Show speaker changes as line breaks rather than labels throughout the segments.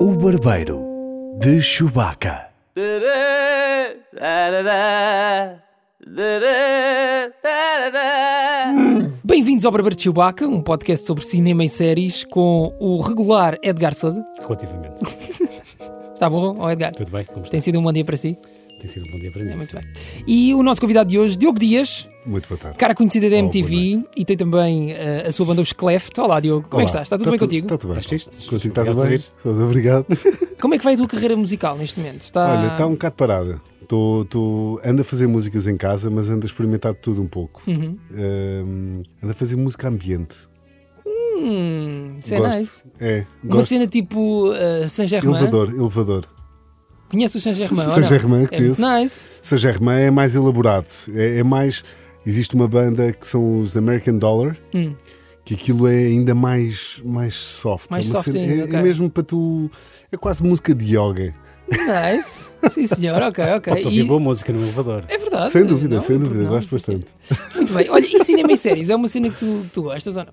O Barbeiro de Chewbacca.
Bem-vindos ao Barbeiro de Chewbacca, um podcast sobre cinema e séries com o regular Edgar Souza.
Relativamente.
Está bom, ó Edgar?
Tudo bem? Como está?
Tem sido um bom dia para si?
Tem sido um bom dia para mim.
É muito
sim.
bem. E o nosso convidado de hoje, Diogo Dias,
Muito boa tarde.
cara conhecida
Oh,
da
boa
MTV e tem também eh, a sua banda Os Cleft. Olá, Diogo. Como é que estás? Está tudo
Tá
bem contigo?
Está tudo bem.
Estás triste?
Contigo está tudo
Obrigado
bem?
por
Sousa, obrigado.
Como é que vai a tua carreira musical neste momento? Está...
Olha,
então,
está um bocado parada. Tô, tô, ando a fazer músicas em casa, mas ando a experimentar tudo um pouco.
Uhum.
Ahm, ando a fazer música ambiente.
Hum, isso é
gosto.
nice.
É,
Uma
gosto.
cena tipo eh, Saint-Germain.
Elevador, elevador.
Conhece o Saint-Germain? ou não?
Saint-Germain,
É muito
conheço.
nice.
Seja Germain é mais elaborado. É, é mais. Existe uma banda que são os American Dollar,
Hum.
que aquilo é ainda mais, mais soft.
Mais
é, uma
soft
cena- é-
ainda,
é
ok.
mesmo para tu. É quase música de yoga.
Nice. Sim, senhor. Ok, ok.
Podes ouvir
E-
boa música no elevador.
É verdade.
Sem dúvida,
Não,
sem
não,
dúvida,
não,
gosto
sim, sim.
bastante.
Muito bem. Olha, e cinema e séries? É uma cena que tu, tu gostas ou não?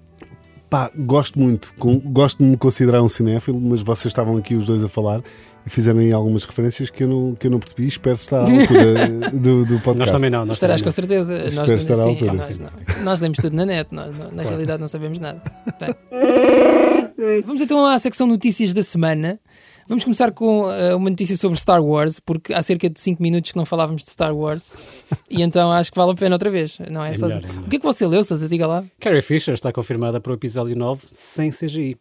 Pá, gosto muito, com- gosto de me considerar um cinéfilo, mas vocês estavam aqui os dois a falar e fizeram aí algumas referências que eu não, que eu não percebi. Espero estar à altura do, do podcast.
Nós também não. Nós
Estarás com
também
certeza.
Espero estar à
sim,
altura,
nós,
sim.
nós- nós lemos tudo na net, nós, na na realidade não sabemos nada. Bem. Vamos então à secção notícias da semana. Vamos começar com eh, uma notícia sobre Star Wars, porque há cerca de 5 minutos que não falávamos de Star Wars e então acho que vale a pena outra vez, não é,
É
Sousa?
melhor, é melhor.
O que é que você leu, Sousa? Diga lá.
Carrie Fisher está confirmada para o episódio 9 sem CGI.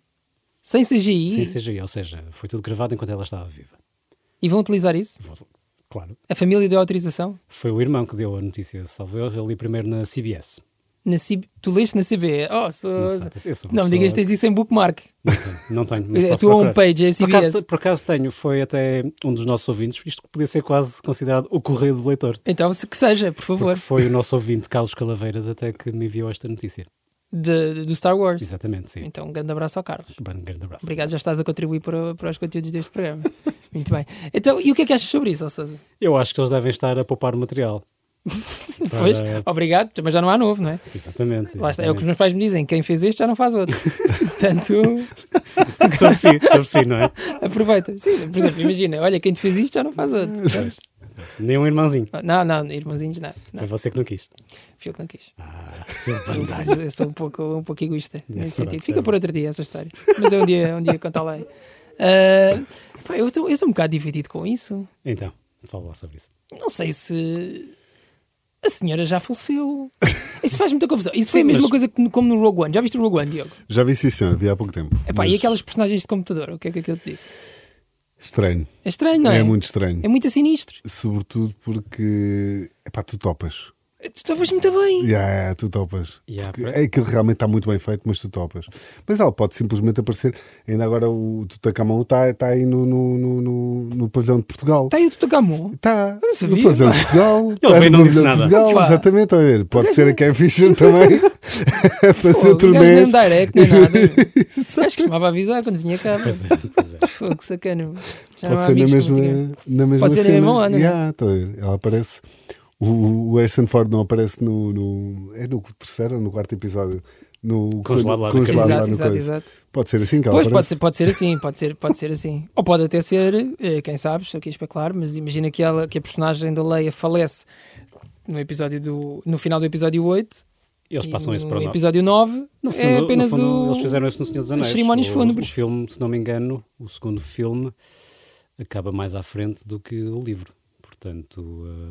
Sem CGI
Sem CGI, ou seja, foi tudo gravado enquanto ela estava viva.
e vão utilizar isso?
Vou- Claro.
A família deu autorização?
Foi o irmão que deu a notícia, salvo erro. Eu li primeiro na CBS.
Na CB... Tu leste na CB? Oh, Sousa.
site. Eu sou uma
Não me digas
pessoa-
que tens isso em bookmark.
Não tenho. mas
A
posso
tua
procurar.
homepage é
Por acaso,
CBS.
por acaso tenho, foi até um dos nossos ouvintes. Isto podia ser quase considerado o correio do leitor.
Então, se que seja, por
Porque
favor,
foi o nosso ouvinte, Carlos Calaveiras, até que me enviou esta notícia.
de- do Star Wars.
Exatamente, sim.
Então, um grande abraço ao Carlos.
Um grande abraço.
Obrigado, já estás a contribuir para, para os conteúdos deste programa. Muito bem. Então, e o que é que achas sobre isso, ó Sousa?
Eu acho que eles devem estar a poupar o material.
Pois,
é.
obrigado, mas já não há novo, não é?
Exatamente.
Lá está, é o que os meus pais me dizem: quem fez este já não faz outro. Portanto,
exatamente. sobre si, sobre si, não é?
aproveita. Sim, por exemplo, imagina: olha, quem te fez isto já não faz outro.
Nem um irmãozinho.
Não, não, irmãozinhos, não. não.
Foi você que não quis.
Fui eu que não quis.
Seu bandalho.
Eu sou um pouco, um pouco egoísta nesse
verdade,
sentido.
é
Fica por outro dia essa história. Mas é um dia, um dia contá-la aí. Ah, pá, eu estou eu sou um bocado dividido com isso.
Então, fala lá sobre isso.
Não sei se. A senhora já faleceu. Isso faz muita confusão. Isso foi a mesma
mas-
coisa que, no- como no Rogue One. Já viste o Rogue One, Diogo?
Já vi sim, senhor, vi há pouco tempo.
Epá,
Mas
E aquelas personagens de computador? O que é que aquilo te disse?
Estranho.
É estranho, não é?
É muito estranho.
É muito sinistro.
Sobretudo porque. Epá, tu topas.
Tu estavas muito bem.
Yeah, yeah, tu topas.
Yeah,
Porque
pra-
é aquilo realmente está muito bem feito, mas tu topas. Mas ela pode simplesmente aparecer. Ainda agora o Tutacamão está está aí no, no, no, no, no pavilhão de Portugal.
Está Tá aí o Tutacamon.
Está
não
no
sabia,
pavilhão
pá.
de Portugal. Ele
veio e não disse nada.
Portugal,
Opa.
exatamente, está a ver. Pode ser a Kevin Fisher também a fazer
Pô, o gajo nem
turnês.
um direct, nem nada. O gajo costumava avisar quando vinha cá.
Pois é, pois é.
Fogo, sacana. Já não há
Pode ser na
amigos que
mesma,
não tinham.
na mesma
Pode ser na
cena.
mesma onda, né?
Yeah, está a ver. Ela aparece. O, o Harrison Ford não aparece no, no- É no terceiro ou no quarto episódio? No,
Congelado lá na
congelado
cabeça.
Exato,
lá no
exato,
coisa.
exato.
Pode ser assim que ela
Pois, pode
aparece.
ser, pode ser assim, pode ser, pode ser assim. Ou pode até ser, eh, quem sabe, estou aqui a especular, mas imagina que, ela, que a personagem da Leia falece no, episódio do, no final do episódio 8
Eles
e
passam
no
isso para nós.
um episódio 9
No
é
fundo- no
apenas
fundo,
o...
Eles fizeram isso no Senhor dos Anéis.
as cerimónias
o,
fúnebres.
O filme, se não me engano, o segundo filme acaba mais à frente do que o livro. Portanto, eh,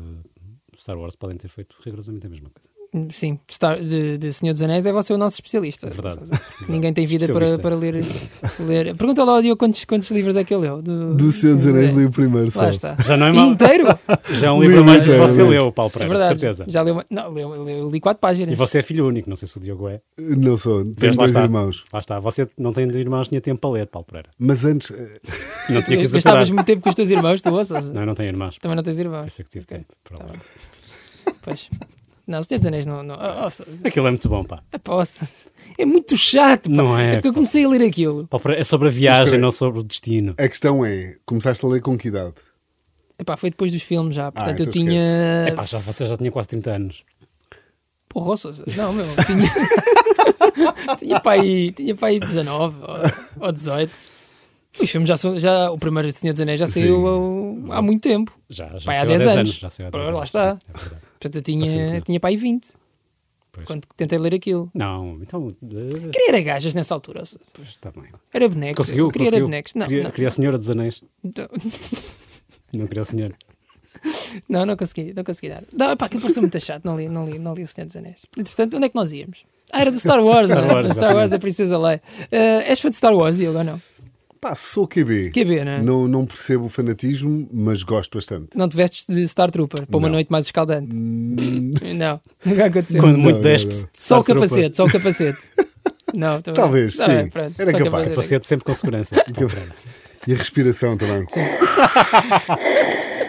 Star Wars podem ter feito rigorosamente a mesma coisa.
Sim, Star- de, de Senhor dos Anéis é você o nosso especialista.
É verdade.
Ninguém tem vida para,
Especialista.
para ler, ler. Pergunta lá ao Diogo quantos, quantos livros é que ele leu. Do,
Do Senhor dos Anéis,
é.
li um. o primeiro só.
Lá está.
Já não é
E
mau.
Inteiro?
Já é um livro a mais que
Livro,
você
é,
leu, Paulo
É
Pereira, de
verdade.
certeza.
Já leu, uma- não, leu, leu, li quatro páginas.
E você é filho único, não sei se o Diogo é.
Não sou, tenho
Vês, lá
dois
está.
irmãos.
Lá está, você não tem de irmãos, tinha tempo para ler, Paulo Pereira.
Mas antes, eh,
Não tinha que os aturar.
Gastavas muito tempo com os teus irmãos, tu ouças?
Não, eu não tenho irmãos.
Também não tens irmãos.
Pensei é que tive tempo para
Tá
ler.
Pois. Não, os dedos anéis não. não oh, oh, so-
Aquilo é muito bom, pá.
é, pá, oh, so- é muito chato, pá.
Não é,
É porque eu comecei a ler aquilo.
Paulo Pereira, É sobre a
Mas
viagem,
espera aí.
não sobre o destino.
a questão é: começaste a ler com que idade?
Ah,
Epá, foi depois dos filmes já. Portanto, eu
então
tinha.
Epá, já, você já tinha quase 30 anos.
Porra, ou seja, não, meu, tinha, tinha, para aí, tinha para aí 19 ou, ou 18. Os filmes já são, já, o primeiro Senhor dos Anéis já saiu há, há muito tempo.
Já, já
Pai, há
saiu
10 anos.
Já saiu há
Pá,
10
lá
anos.
está.
sim, é verdade.
Portanto, eu
Bastante
tinha,
tempo.
tinha para aí 20
Pois.
quando tentei ler aquilo.
Não, então. eh,
Queria era gajas nessa altura, ou seja,
pois, está bem.
era bonecos.
Conseguiu,
eu é queria
conseguiu.
era bonecos. Não,
queria,
não, Então,
queria a Senhora dos Anéis.
não,
Não queria a Senhora.
não, não consegui, não consegui nada. Não, pá, aquilo pareceu muito chato, não li, não li, não li o Senhor dos Anéis. Entretanto, onde é que nós íamos? Ah, era do Star Wars,
Star
né?
Wars,
Star Wars, a Princesa Leia. Eh, és fã de Star Wars, Diogo, ou não?
Pá, sou QB.
QB, não é?
Não, não percebo o fanatismo, mas gosto bastante.
Não te vestes de Star Trooper para uma
Não.
noite mais escaldante? não, nunca aconteceu.
Quando
não,
muito
não.
despe-se.
Só o
Star Trooper.
capacete, só o capacete. Não, também.
Talvez,
Tá bem,
sim.
pronto,
Era
só
capaz.
capacete.
Capacete sempre com segurança. Bom, pronto.
E a respiração também.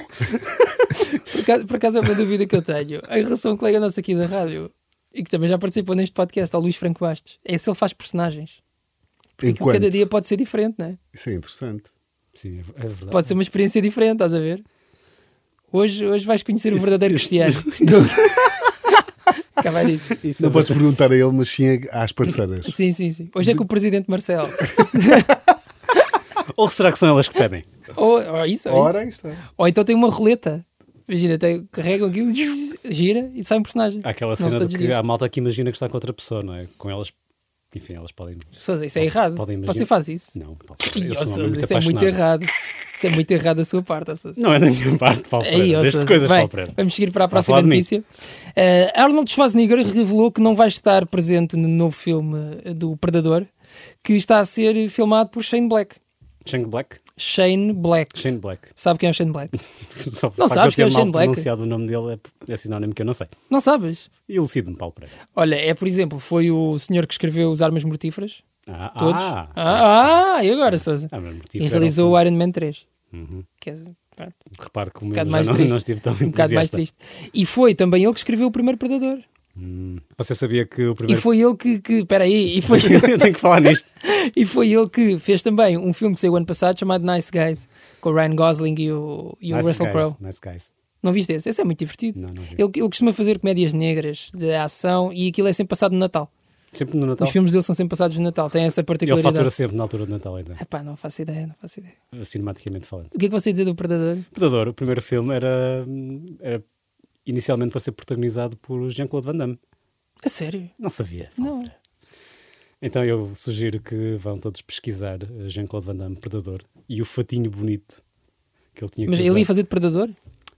Por acaso, por acaso é uma dúvida que eu tenho em relação a um colega nosso aqui da rádio e que também já participou neste podcast, ao Luís Franco Bastos. É se ele faz personagens. Porque aquilo
Enquanto.
cada dia pode ser diferente, não é?
Isso é interessante.
Sim, é é verdade.
Pode ser uma experiência diferente, estás a ver? Hoje, hoje vais conhecer o verdadeiro cristiano. Acaba disso.
Isso
Não
é
podes perguntar a ele, mas sim a- às parceiras.
Sim, sim, sim. Hoje é com o presidente Marcelo.
verdade. Ou será que são elas que pedem?
Ou, ou Oh, é isso, ou
Ora, aí
isso.
está.
Ou então tem uma roleta. Imagina, tem, carregam aquilo, zzz, gira e sai um personagem.
Há aquela
Novo
cena de
todos os
que
dias.
há malta que imagina que está com outra pessoa, não é? Com elas, enfim, elas podem.
Sousa, isso é errado.
Podem imaginar.
Você faz isso.
Não, posso.
Ih,
eu
ó,
sou um homem
Sousa, isso é muito
apaixonado.
errado. Isso é muito errado da sua parte, ó, Sousa.
Não é da minha parte, Paulo
Aí,
Pereira.
ó,
Destas
Sousa.
coisas,
Bem,
Paulo Pereira.
Vamos seguir para a
Vai
próxima
falar de mim.
notícia. Eh, Arnold Schwarzenegger revelou que não vai estar presente no novo filme eh, do Predador, que está a ser filmado por Shane Black.
Shane Black?
Shane Black.
Shane Black.
Sabe quem é o Shane Black?
Só
Não
o facto de eu
sabes quem é o
ter
Shane
mal
Black?
pronunciado o nome dele é, é sinónimo que eu não sei.
Não sabes?
Elucide-me, Paulo Pereira.
Olha, é por exemplo, foi o senhor que escreveu Os Armas Mortíferas,
Ah,
todos.
Ah,
Ah, ah, e agora, Sousa?
ah, mas motivo
E
era-
realizou o Iron Man 3.
Uhum.
Que é, pronto,
Repare como
bocado
eu já
mais
não,
triste.
não estive tão
um bocado mais
entusiasta.
triste. E foi também ele que escreveu o primeiro Predador.
Hum, Você sabia que o
E
primeiro.
foi ele que. que peraí, e foi,
eu tenho que falar nisto.
e foi ele que fez também um filme que saiu ano passado chamado Nice Guys, com o Ryan Gosling e o, e o
nice
Russell
guys,
Crowe.
Nice guys.
Não viste esse? Esse é muito divertido.
Não, não vi.
ele, ele costuma fazer comédias negras de ação e aquilo é sempre passado no Natal.
Sempre no Natal.
Os filmes dele são sempre passados no Natal, tem essa
Então. Ele fatura
particularidade.
sempre na altura do Natal, então,
Epá, não faço ideia, não faço ideia.
cinematicamente falando.
O que é que você ia dizer do Predador?
Predador, o primeiro filme, era, hum, era inicialmente para ser protagonizado por Jean-Claude Van Damme.
A sério?
Não sabia.
Não.
Então eu sugiro que vão todos pesquisar eh, Jean-Claude Van Damme Predador e o fatinho bonito que ele tinha que
Mas
usar.
ele ia fazer de Predador?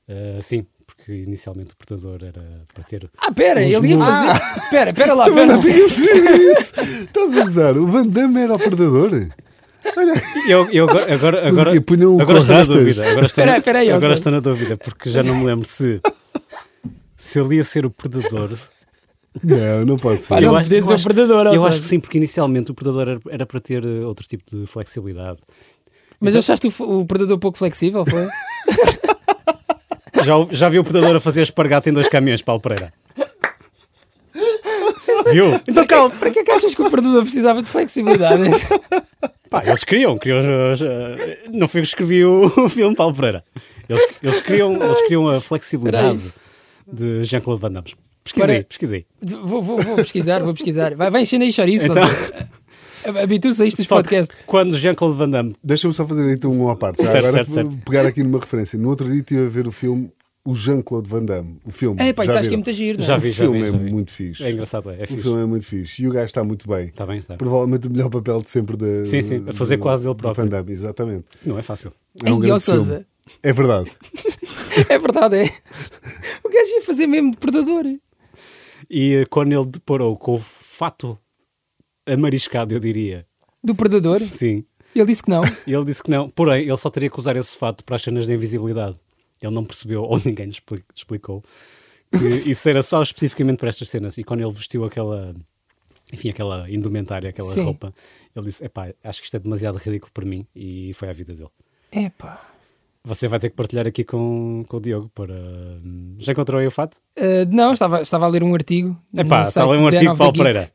Eh, sim, porque inicialmente o Predador era para ter.
Ah, pera, ele ia fazer.
Ah.
Pera, pera lá,
Também
pera.
não tinha percebido isso. Estás a gozar? O Van Damme era o predador?
Eu, eu agora agora,
Mas o
agora,
quê? Punham-o
agora
com
estou na
rastas?
dúvida. Agora estou,
Espera aí, espera aí,
agora
Elsa.
estou na dúvida, porque já não me lembro se, se ele ia ser o Predador.
Não, não pode ser.
Olha,
Eu
não
acho-
podia
eu
ser o
acho-
predador,
Eu
Elsa.
acho que sim, porque inicialmente o Predador era, era para ter eh, outro tipo de flexibilidade.
Mas achaste o, f- o Predador pouco flexível? Foi?
Já, ouvi- já viu o Predador a fazer espargata em dois caminhões, Paulo Pereira? Viu? Então calma-se.
Para que é que achas que o Predador precisava de flexibilidade?
Pá, eles queriam, queriam eh, eh, não fui eu que escrevi o, o filme, Paulo Pereira. Eles, eles, queriam, eles queriam a flexibilidade de Jean-Claude Van Damme. Pesquisei,
Para-
pesquisei.
vou, vou, vou pesquisar, vou pesquisar. Vai, vai enchendo aí chouriços. Então... Habitua-se a isto dos
Só que
podcasts.
Então, quando Jean-Claude Van Damme
Deixa-me só fazer então um à parte. Já
Certo,
agora
certo, certo.
pegar aqui numa referência. No outro dia estive a ver o filme O Jean-Claude Van Damme. O filme.
É, pá, isso
Já
acho que é
viram?
muito giro, não é?
Já
O
vi, já
filme
vi,
é
já vi.
muito fixe.
é engraçado, é, é
O
fixe.
filme é muito fixe. E o gajo está muito bem.
Está bem, está. bem.
Provavelmente o melhor papel de sempre da.
Sim, sim, a fazer quase ele
do
próprio.
Van Damme, exatamente.
Não é fácil.
É um
Ei, ó,
grande
Sousa.
filme. É verdade.
É verdade, é. O gajo ia fazer mesmo de Predador.
E eh, quando ele deparou com o fato amariscado, eu diria,
Do Predador.
sim,
Ele disse que não.
E ele disse que não, porém, ele só teria que usar esse fato para as cenas de invisibilidade. Ele não percebeu, ou ninguém lhe expli- explicou, que isso era só especificamente para estas cenas. E quando ele vestiu aquela, enfim, aquela indumentária, aquela
Sim.
roupa, ele disse: Epá, acho que isto é demasiado ridículo para mim. E foi a vida dele.
É pá.
Você vai ter que partilhar aqui com, com o Diogo para. hum, Já encontrou aí o fato?
Ah, não, estava, estava a ler um artigo.
É pá,
no
está
site
ali um
da
artigo
Nova
de Paulo
Geek.
Pereira.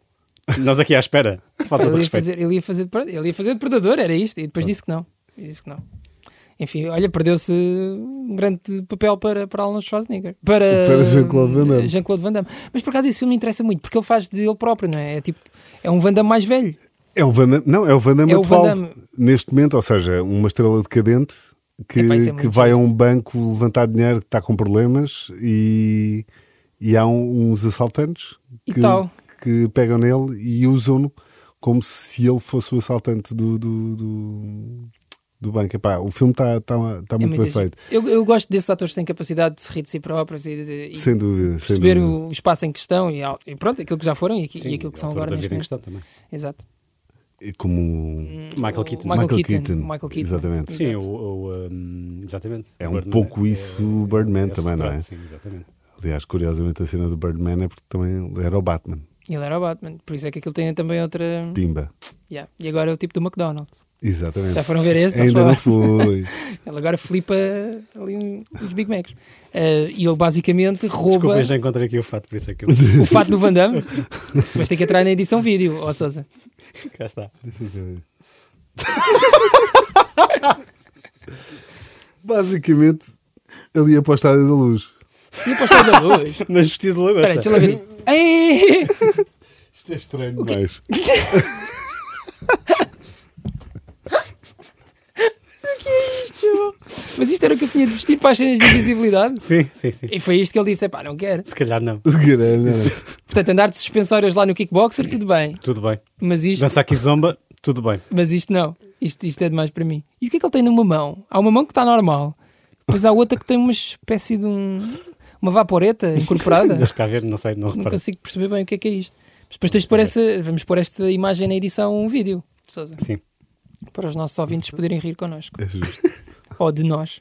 Nós aqui à espera.
Pá,
Falta de
ele, ia
respeito.
fazer, ele, ia fazer de, pre- ele ia fazer de predador, era isto, e depois disse que não. E disse que não. Enfim, olha, perdeu-se um grande papel para, para Alan Schwarzenegger. Para,
Para Jean-Claude Van Damme.
Jean-Claude Van Damme. Mas por acaso esse filme interessa muito, porque ele faz de ele próprio, não é? É tipo, é um Van Damme mais velho.
É o Van Damme, não, é o Van Damme
É o
atual,
Van Damme.
neste momento, ou seja, uma estrela decadente que,
Epá, isso é
que
muito
vai a um banco levantar dinheiro que está com problemas e, e há um- uns assaltantes
E
que,
tal.
que pegam nele e usam-no como se ele fosse o assaltante do, do, do, do banco. Epá, o filme está tá, tá
É
muito bem
giro.
feito,
Eu, eu gosto desses atores que têm capacidade de se rir de si próprios e, de- e
sem dúvida. Sem
perceber
dúvida.
o espaço em questão e, al- e pronto, aquilo que já foram e, aqui-
Sim,
e aquilo que
a
são
altura
agora
da
neste
vida em
momento.
questão também.
Exato.
E Como
Michael
O
Keaton.
Michael,
Michael
Keaton,
Keaton,
Michael Keaton.
exatamente.
Sim,
Exato.
o, o, um, exatamente.
é
O
um
Birdman
pouco
é-
isso o Birdman
é
também, não é?
centrado, Sim, exatamente.
Aliás, curiosamente, a cena do Birdman é porque também era o Batman,
Ele era o Batman, por isso é que aquilo tem também outra.
Pimba.
Yeah. E agora é o tipo do McDonald's.
Exatamente.
Já foram ver esse? tá
Ainda não
foram?
fui.
Ele agora flipa ali um- uns Big Macs. Eh, e ele basicamente rouba
Desculpa, eu já encontrei aqui o fato, por isso é que eu.
o fato do Van Damme. Depois tem que entrar na edição vídeo, ó Sousa.
Cá está.
Basicamente, ali é apostada da luz.
E a postura da luz.
Mas vestido de
Espera aí,
lagosta.
deixa eu lá ver isto. Eh, Ei!
Isto é estranho demais.
Mas isto era o que eu tinha de vestir para as cenas de invisibilidade.
Sim, sim, sim.
E foi isto que ele disse: pá, não quero.
Se calhar não.
Caramba,
Portanto, andar de suspensórias lá no kickboxer, tudo bem.
Tudo bem.
Mas isto,
Dança aqui zomba, tudo bem.
mas isto não. Isto, isto é demais para mim. E o que é que ele tem numa mão? Há uma mão que está normal, depois há outra que tem uma espécie de um, uma vaporeta incorporada.
Deixa cá ver, não sei, não
não
reparo.
consigo perceber bem o que é que é isto. Mas depois tens de pôr essa, vamos pôr esta imagem na edição um vídeo, Sousa,
Sim.
para os nossos ouvintes poderem rir connosco.
É justo.
Ou de nós.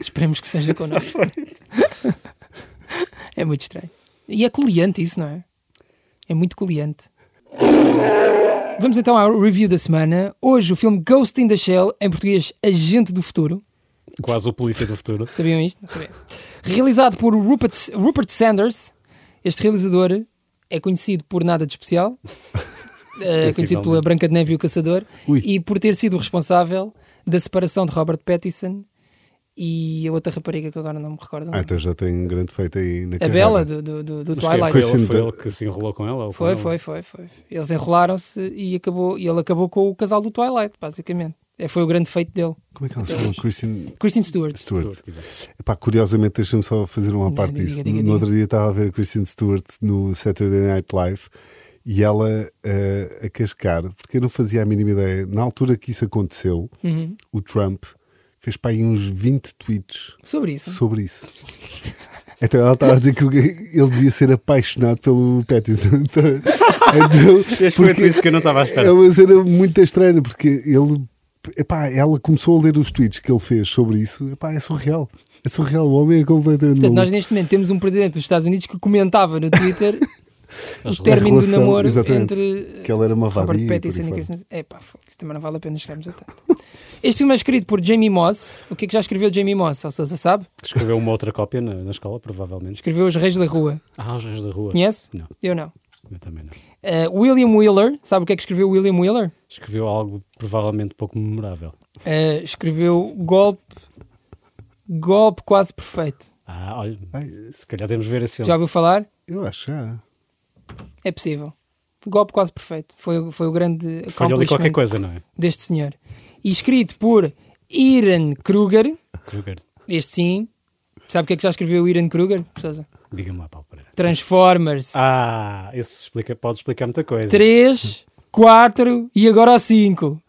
Esperemos que seja connosco. é muito estranho. E é coliante isso, não é? É muito coliante. Vamos então ao review da semana. Hoje o filme Ghost in the Shell, em português Agente do Futuro.
Quase o polícia do futuro.
Sabiam isto? Não sabia. Realizado por Rupert, Rupert Sanders. Este realizador é conhecido por nada de especial. É conhecido pela Branca de Neve e o Caçador.
Ui.
E por ter sido o responsável da separação de Robert Pattinson e a outra rapariga que agora não me recordo. o
Ah,
nome.
então já tem um grande feito aí na
a
carreira.
É Bela do, do, do- do
Mas quem foi,
Twilight.
é, Foi assim
ele,
sim,
foi
da-
ele que se enrolou com ela? Ou com
Foi,
ela?
foi, foi, foi. Eles enrolaram-se e, acabou, e ele acabou com o casal do Twilight, basicamente. É, Foi o grande feito dele.
Como é que ela se chama? Christine
Kristen Stewart.
Stewart.
Stewart, exato.
Epá, curiosamente, deixa-me só fazer uma
Não,
parte
diga,
disso.
diga,
no
diga.
outro dia estava a ver a Kristen Stewart no Saturday Night Live e ela eh, a cascar, porque eu não fazia a mínima ideia. Na altura que isso aconteceu,
Uhum.
o Trump fez para aí uns 20 tweets
Sobre isso.
sobre isso. Então ela estava a dizer que o- ele devia ser apaixonado pelo Pattinson. Então, então,
Este foi o twist que eu não estava à espera.
é uma cena muito estranha, porque ele. Epá, ela começou a ler os tweets que ele fez sobre isso. Epá, é surreal. É surreal. O homem é completamente
Portanto,
maluco.
nós neste momento temos um presidente dos Estados Unidos que comentava no Twitter o término do
relação,
namoro
exatamente.
entre eh,
Que ela era uma vadia
Robert
e
Pattinson
por aí
e
fora.
Kristen É pá, isto também não vale a pena chegarmos a tanto. Este filme é escrito por Jamie Moss. O que é que já escreveu Jamie Moss? Ou Sousa sabe?
Escreveu uma outra cópia na, na escola, provavelmente.
Escreveu Os Reis da Rua.
Ah, os reis da rua.
Conhece?
Não,
Eu não.
eu também não.
Eh, William Wheeler. Sabe o que é que escreveu William Wheeler?
Escreveu algo provavelmente pouco memorável.
Eh, escreveu Golpe. Golpe quase perfeito.
Ah, olha,
Ai,
se calhar temos de ver esse filme.
Já ouviu falar?
eu acho já.
É possível. Golpe quase perfeito. Foi, foi o grande.
Foi ali
accomplishment
qualquer coisa, não é?
deste senhor. E escrito por Iren Kruger.
Kruger.
Este sim. Sabe o que é que já escreveu o Iren Kruger? Sousa?
Diga-me lá, Paulo Pereira.
Transformers.
Ah, esse explica, pode explicar muita coisa.
3, 4 e agora o 5.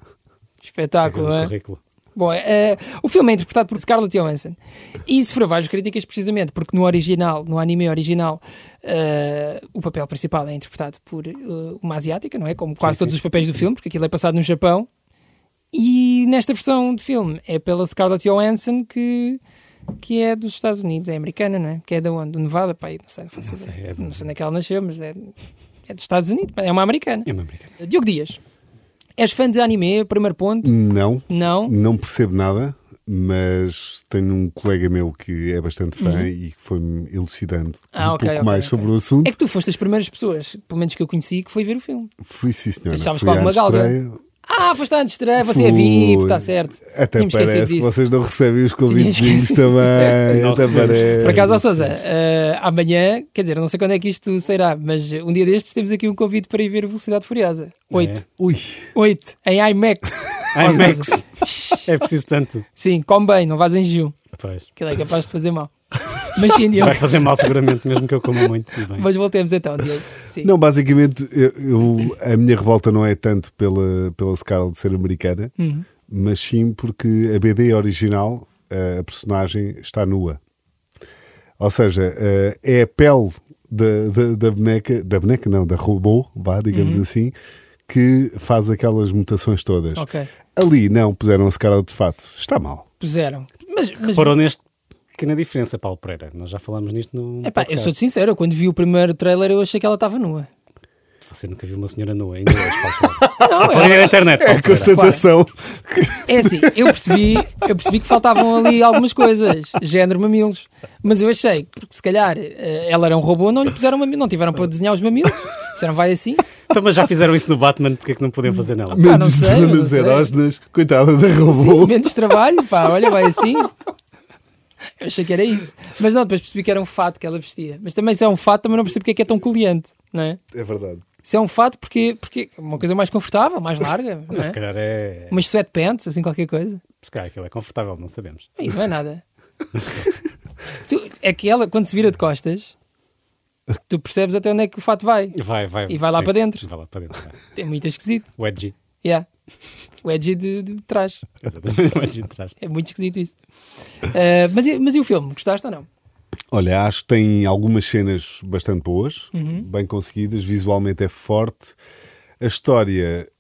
Espetáculo,
Grande
é?
currículo.
Bom, eh, o filme é interpretado por Scarlett Johansson e sofreu várias críticas precisamente porque no original, no anime original, eh, o papel principal é interpretado por eh, uma asiática, não é? Como quase
Sim,
todos
sim.
os papéis do filme, porque aquilo é passado no Japão. E nesta versão de filme é pela Scarlett Johansson que, que é dos Estados Unidos, é americana, não é? Que é da onde? Do Nevada, pá, aí não sei, não, faço
Não sei,
ideia.
é de-
não sei onde é que ela nasceu, mas é, é dos Estados Unidos, pá, é uma americana.
É uma americana.
Diogo Dias, és fã de anime, primeiro ponto?
Não,
Não.
não percebo nada, mas tenho um colega meu que é bastante fã e que foi-me elucidando
Uhum. Ah,
um
ok, ok,
pouco mais
ok.
sobre o assunto.
É que tu foste das primeiras pessoas, pelo menos que eu conheci, que foi ver o filme.
Fui sim, senhora.
Estavas
Fui
com
à
alguma galga?
estreia.
Ah, foste antes de estreia, você é VIP, está certo.
Até
Tinha-me esquecido
parece que
disso.
vocês não recebem os convites
esquecido.
também.
Não
até
recebemos.
parece.
Por acaso, ou seja, eh, amanhã, quer dizer, não sei quando é que isto sairá, mas eh, um dia destes temos aqui um convite para ir ver Velocidade Furiosa. Oito.
Ui,
Oito. Em IMAX. Ou seja,
IMAX. É preciso tanto.
Sim, come bem, não vás em Gil.
Pois.
Aquilo é capaz de fazer mal. Mas sim, Diogo.
Vai fazer mal seguramente, mesmo que eu coma muito. E bem.
Mas voltemos então, Diogo. Sim.
Não, basicamente, eu- eu- a minha revolta não é tanto pela, pela Scarlett ser americana,
Uhum.
mas sim porque a BD original, eh, a personagem, está nua. Ou seja, eh, é a pele da, da, da boneca, da boneca não, da robô, vá, digamos
Uhum.
assim, que faz aquelas mutações todas.
Ok.
Ali não puseram a Scarlett de fato. Está mal.
Puseram. Mas, mas
Foram neste pequena diferença, Paulo Pereira. Nós já falámos nisto no.
epá, eu
podcast.
sou sincero, eu quando vi o primeiro trailer eu achei que ela estava nua.
Você nunca viu uma senhora nua em inglês, Paulo Pereira.
Não,
Pode ir
ela-
na internet, Paulo Pereira.
Constatação.
é assim, eu percebi, eu percebi que faltavam ali algumas coisas, género mamilos. Mas eu achei, porque se calhar eh, ela era um robô, não lhe puseram mamilos, não tiveram para desenhar os mamilos, disseram vai assim.
Então, mas já fizeram isso no Batman, porque é que não podiam fazer nela?
Pá, Ah, não
Menos
sei, não
zonas
sei.
erógenas. Coitada da
Sim,
robô.
menos trabalho, pá, olha, vai assim. Eu achei que era isso. Mas não, depois percebi que era um fato que ela vestia. Mas também se é um fato, também não percebo porque é que é tão coliante, não é?
É verdade.
Se é um fato, porque, porque é uma coisa mais confortável, mais larga, não
Mas se
é?
calhar é.
Umas sweatpants, assim, qualquer coisa.
Se calhar aquilo é confortável, não sabemos.
Aí não é nada. Tu- é que ela, quando se vira de costas, tu percebes até onde é que o fato vai.
Vai, vai.
E vai lá
sim.
para dentro.
Vai lá para dentro. Vai.
É muito esquisito.
O Edgy.
Yeah. O edgy de, de trás.
Exatamente. O Edgy de trás.
É muito esquisito isso. Ah, mas, e- mas e o filme? Gostaste ou não?
Olha, acho que tem algumas cenas bastante boas,
Uhum.
bem conseguidas, visualmente é forte. A história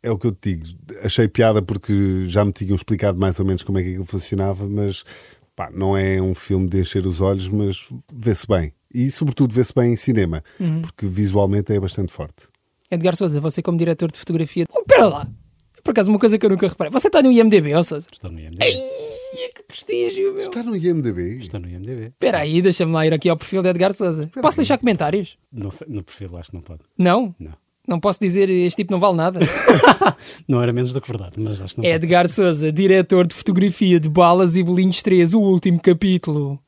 é o que eu te digo. Achei piada porque já me tinham explicado mais ou menos como é que aquilo funcionava, mas pá, não é um filme de encher os olhos, mas vê-se bem. E sobretudo vê-se bem em cinema,
Uhum.
porque visualmente é bastante forte.
Edgar Souza, você como diretor de fotografia. Oh, pera lá! Por acaso, uma coisa que eu nunca reparei. Você está no IMDB, ou oh, Souza?
Estou no IMDB.
Ih, que prestígio, meu!
Está no IMDB?
Estou no IMDB.
Espera aí, deixa-me lá ir aqui ao perfil de Edgar Souza. Posso deixar comentários?
Não sei, no perfil acho que não pode.
Não?
Não.
Não posso dizer este tipo não vale nada.
Não era menos do que verdade, mas acho que não pode.
Edgar Souza, diretor de fotografia de Balas e Bolinhos 3, o último capítulo.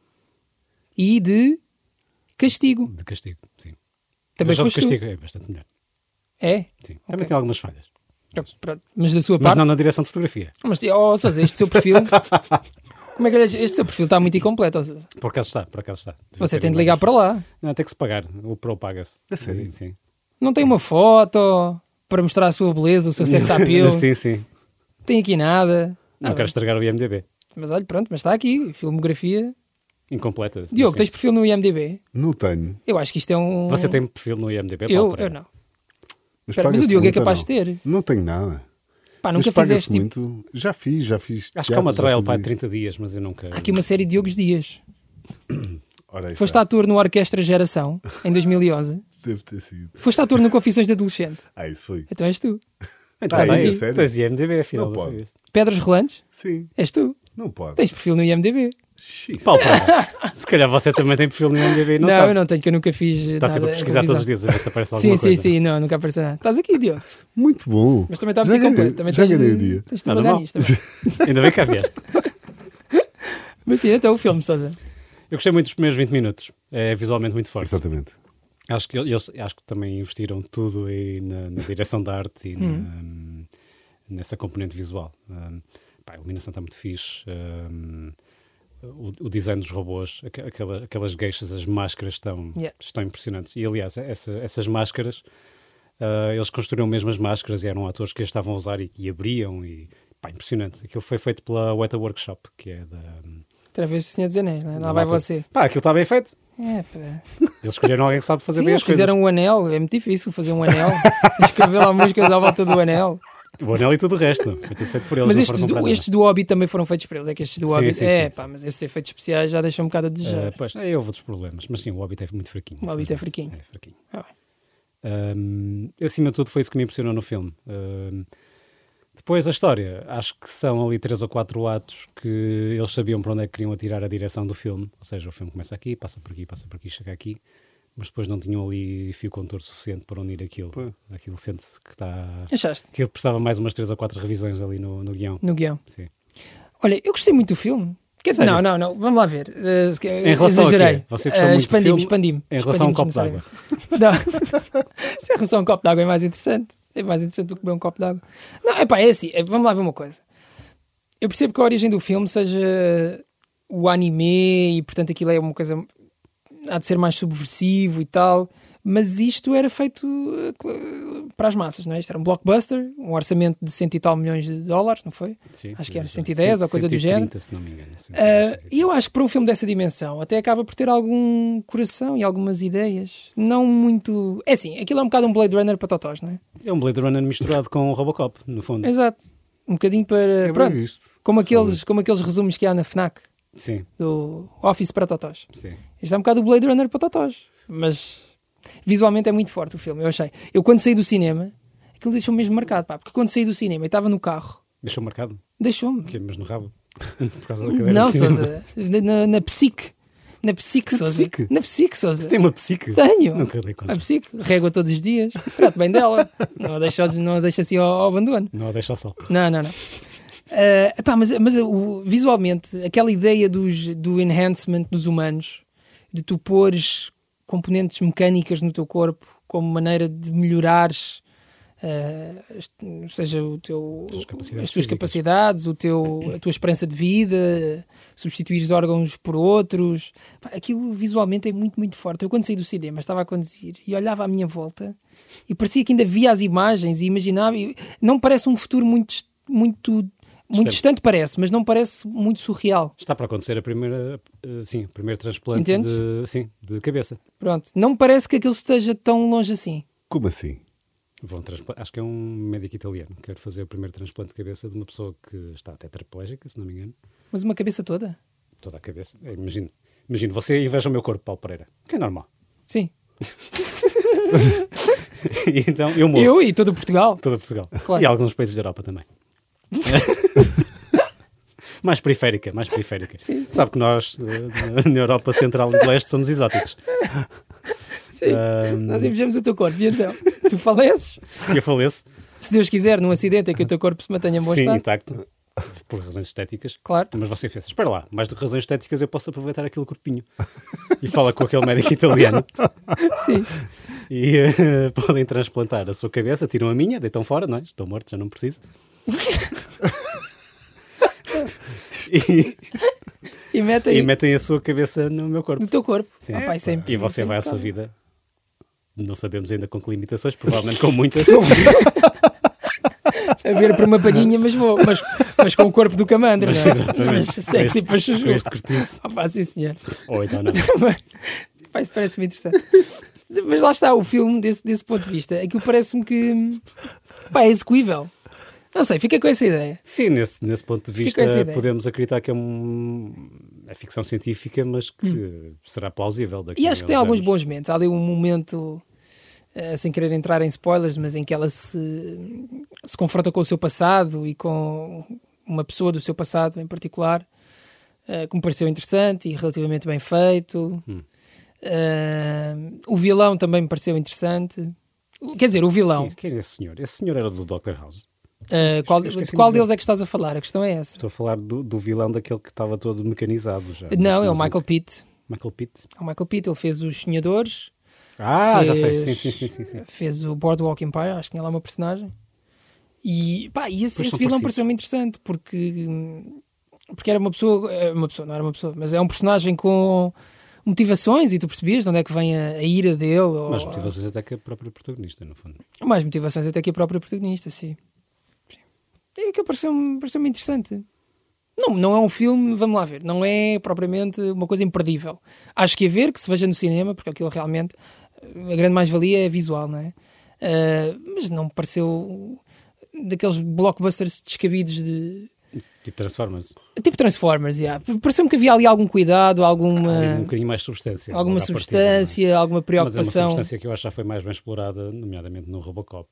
E de Castigo.
De castigo, sim.
Também
mas o de
foste tu.
castigo é bastante melhor.
É?
Sim. Também tem algumas falhas.
Pronto. Mas da sua
Mas
parte.
não na direção de fotografia.
Mas, oh, Sousa, este seu perfil. Como é que olhas? Este seu perfil está muito incompleto, ó Sousa.
Por acaso está, por acaso está. Devia
Você
ter
tem de
imagens.
ligar para lá.
Não, tem que se pagar. O Pro paga-se. É sério? Sim.
Não tem uma foto para mostrar a sua beleza, o seu sex appeal.
sim, sim.
Não Tem aqui nada.
Não
Ah,
quero estragar o IMDB.
Mas olha, pronto, mas está aqui. Filmografia.
Incompleta.
Diogo,
Sim.
tens perfil no IMDB?
Não tenho.
Eu acho que isto é um.
Você tem perfil no IMDB? Paulo
Eu, eu
Pereira?
não.
Mas,
Espera, mas
paga-se
o Diogo é
muito ou
capaz
não?
de ter.
Não tenho nada.
Pá,
Mas
nunca
paga-se
fizeste tipo. é
muito. Já fiz, já fiz.
Acho que há uma
teatro, já
trail
fiz
para
isso.
30 dias, mas eu nunca.
Há aqui uma série de Diogos Dias.
Ora, aí
Foste
está.
ator no Orquestra Geração, em 2011.
Deve ter sido.
Foste ator no Confissões de Adolescente.
Ah, isso foi.
Então és tu.
Então,
Ah,
tens
é?
aí-
É sério?
Tens IMDB, afinal.
Não
você
pode.
viste.
Pedras Rolantes,
Sim,
és tu.
não pode.
Tens perfil no IMDB.
Xis.
Paulo Pereira, se calhar você também tem perfil no IMDB e não,
não,
sabe.
eu não tenho, que eu nunca fiz.
Está sempre a
nada
pesquisar todos os
revisado.
dias a ver se aparece
Sim,
alguma
sim,
coisa.
sim, não, nunca apareceu nada. Estás aqui, Diogo.
Muito bom.
Mas também está
Já
muito
ganhei-
incompleto. Também
Já
tens de-
ganhei o dia.
Tens de
Nada
trabalhar
mal.
nisto também.
Ainda bem que cá vieste.
Mas sim, até o filme, Sousa.
Eu gostei muito dos primeiros 20 minutos. É visualmente muito forte.
Exatamente.
Acho que, eles, acho que também investiram tudo aí na, na direção da arte e na-
Hum.
hum, nessa componente visual. Hum, pá, a iluminação está muito fixe. hum, o, o design dos robôs, aque- aquela- aquelas gueixas, as máscaras estão,
Yeah.
estão impressionantes. E aliás, essa- essas máscaras, ah, eles construíram mesmo as máscaras e eram atores que as estavam a usar e, e abriam. E, pá, impressionante. Aquilo foi feito pela Weta Workshop, que é da.
Outra vez o Senhor dos Anéis, não é?
da
Lá vai
malta-
você.
Pá, aquilo está bem feito.
É, pá.
Eles escolheram alguém que sabe fazer
Sim,
bem
eles
as coisas.
fizeram um anel, é muito difícil fazer um anel. Escrever lá músicas à volta do anel.
O anel e tudo o resto. Foi tudo feito por eles.
Mas
não
estes
foram comprar
do,
nada.
estes do Hobbit também foram feitos para eles. É que estes do
Sim,
Hobbit.
sim,
é,
sim,
pá, mas esses efeitos especiais já deixam um bocado a
Ah,
desejar.
pois, aí houve outros problemas. Mas sim, o Hobbit é muito fraquinho.
O Hobbit é
infelizmente.
fraquinho.
É fraquinho.
Ah, bem.
Ahm, acima de tudo, foi isso que me impressionou no filme. Ahm, depois a história. Acho que são ali três ou quatro atos que eles sabiam para onde é que queriam atirar a direção do filme. Ou seja, o filme começa aqui, passa por aqui, passa por aqui, chega aqui. mas depois não tinham ali fio condutor suficiente para unir aquilo. Aquilo sente-se que está.
Achaste?
Aquilo precisava mais umas 3 ou 4 revisões ali no, no guião.
No guião.
Sim.
Olha, eu gostei muito do filme. Quer dizer, não,
Sério?
não, não, vamos lá ver. Eh,
Em relação a quê?
Exagerei.
Você gostou
Eh,
muito do
expandi-me,
filme?
expandi-me.
Em relação a um copo
Expandi-me
d'água.
Não. Se em relação a um copo de água é mais interessante. É mais interessante do que beber um copo de água. Não, epá, é assim. é- vamos lá ver uma coisa. Eu percebo que a origem do filme seja o anime e, portanto, aquilo é uma coisa. Há de ser mais subversivo e tal. Mas isto era feito eh, cl- para as massas, não é? Isto era um blockbuster, um orçamento de cento e tal milhões de dólares, não foi?
Sim, é.
Acho que era
mas,
110 ou coisa do
130,
género.
se não me engano.
Ah,
110,
E eu acho que para um filme dessa dimensão até acaba por ter algum coração e algumas ideias. Não muito. É assim, aquilo é um bocado um Blade Runner para Totós, não é?
É um Blade Runner misturado com o Robocop, no fundo.
Exato. Um bocadinho para.
bem
pronto.
visto.
Como aqueles, como aqueles resumos que há na Fnac
Sim,
do Office para Totós.
sim.
Isto é um bocado o Blade Runner para Totós. Mas visualmente é muito forte o filme, eu achei. Eu quando saí do cinema, aquilo deixou-me mesmo marcado, pá, porque quando saí do cinema e estava no carro,
Deixou marcado.
deixou-me.
O quê? Mas no rabo? Por causa da cadeira.
Não,
do cinema.
Sousa. Na- Na, na psique. Na psique, Sousa.
psique?
Na psique, Sousa.
Tem uma psique?
Tenho.
Nunca dei
A
conta.
psique. Rego todos os dias. Trato bem dela. Não a deixo, não a deixo assim ao, ao abandono.
Não, deixa só.
Não, não, não. Ah, epá, mas mas o- visualmente, aquela ideia dos, do enhancement dos humanos, de tu pôres componentes mecânicas no teu corpo como maneira de melhorares, ah, est- ou seja, o teu,
tuas capacidades
as tuas
físicas.
capacidades, o teu, a tua esperança de vida, substituir órgãos por outros. Pá, Aquilo visualmente é muito, muito forte. Eu quando saí do cinema estava a conduzir e olhava à minha volta e parecia que ainda via as imagens e imaginava. e não parece um futuro muito, dist- muito, muito
Distante.
distante, parece, mas não parece muito surreal.
Está para acontecer a primeira, eh, sim, o primeiro transplante
Entendes?
de, sim, de cabeça.
Pronto, não me parece que aquilo esteja tão longe assim.
Como assim?
Vão transpla- acho que é um médico italiano que quer fazer o primeiro transplante de cabeça de uma pessoa que está tetraplégica, se não me engano.
Mas uma cabeça toda?
Toda a cabeça. Eh, Imagino. Imagino, você inveja o meu corpo, Paulo Pereira. Que é normal.
Sim.
E então eu morro.
Eu e todo o Portugal.
Toda Portugal.
Claro.
E alguns países da Europa também. mais periférica, mais periférica. Sabe que nós, eh, na Europa Central e do Leste, somos exóticos.
Sim. Nós invejamos o teu corpo. E então? tu faleces?
E eu faleço.
Se Deus quiser, num acidente é que o teu corpo se mantenha em bom
Sim,
estado.
intacto. Por razões estéticas.
Claro.
Mas você pensa, espera lá, mais do que razões estéticas, eu posso aproveitar aquele corpinho. E fala com aquele médico italiano. tá.
Sim.
E eh, podem transplantar a sua cabeça, tiram a minha, deitam fora, não é? Estou morto, já não preciso. e,
E mete aí
e metem a sua cabeça no meu corpo.
no teu corpo. Ah, pá, isso é
E você vai à sua vida. Não sabemos ainda com que limitações, provavelmente com muitas.
a ver por uma palhinha, mas vou. Mas, mas com o corpo do camandro,
Mas,
não é? Mas
exatamente.
sexy
Com
para
este-
chuchu.
com este cortiço.
Ah, pá, sim, senhor.
Ou então não.
Pá, isso parece-me interessante. Mas lá está o filme desse, desse ponto de vista. Aquilo parece-me que pá, é execuível. Não sei, fica com essa ideia.
Sim, nesse, nesse ponto de
Fica com essa
vista
ideia.
podemos acreditar que é, um, é ficção científica, mas que será plausível daqui
Hum. E
a
acho que tem
uns
alguns
anos.
bons momentos. Há ali um momento, eh, sem querer entrar em spoilers, mas em que ela se, se confronta com o seu passado e com uma pessoa do seu passado em particular, eh, que me pareceu interessante e relativamente bem feito. Eh, o vilão também me pareceu interessante. O- Quer dizer, o vilão.
Quem, quem é esse senhor? Esse senhor era do Dr. House.
Eh, qual
Esqueci-me
de qual
de ver.
deles é que estás a falar? A questão é essa.
Estou a falar do, do vilão daquele que estava todo mecanizado já.
Não,
Mas-
é o
mas
Michael Pitt.
Michael Pitt.
É o Michael Pitt, ele fez Os Sonhadores,
Ah, já sei.
Fez-
Sim, sim, sim. sim, sim.
fez o Boardwalk Empire, acho que tinha lá uma personagem. E, pá, e esse,
Pois
esse
são
vilão
parecidos.
pareceu-me interessante porque, hum, porque era uma pessoa, é, uma pessoa, não era uma pessoa, mas é um personagem com motivações e tu percebias de onde é que vem a, a ira dele. Ou,
Mas motivações até que a própria protagonista, no fundo.
mais motivações até que a própria protagonista, sim. Sim. É que pareceu-me pareceu interessante. Não, não é um filme, vamos lá ver, não é propriamente uma coisa imperdível. Acho que a ver, que se veja no cinema, porque aquilo realmente, eh, a grande mais-valia é visual, não é? Ah, mas não me pareceu daqueles blockbusters descabidos de...
Tipo Transformers.
Tipo Transformers, yeah. pareceu-me que havia ali algum cuidado,
Ali um
alguma,
bocadinho mais de substância.
Ah. alguma
logo à partida, não é?
substância, alguma
Mas é uma
preocupação.
substância que eu acho que já foi mais bem explorada, nomeadamente no Robocop.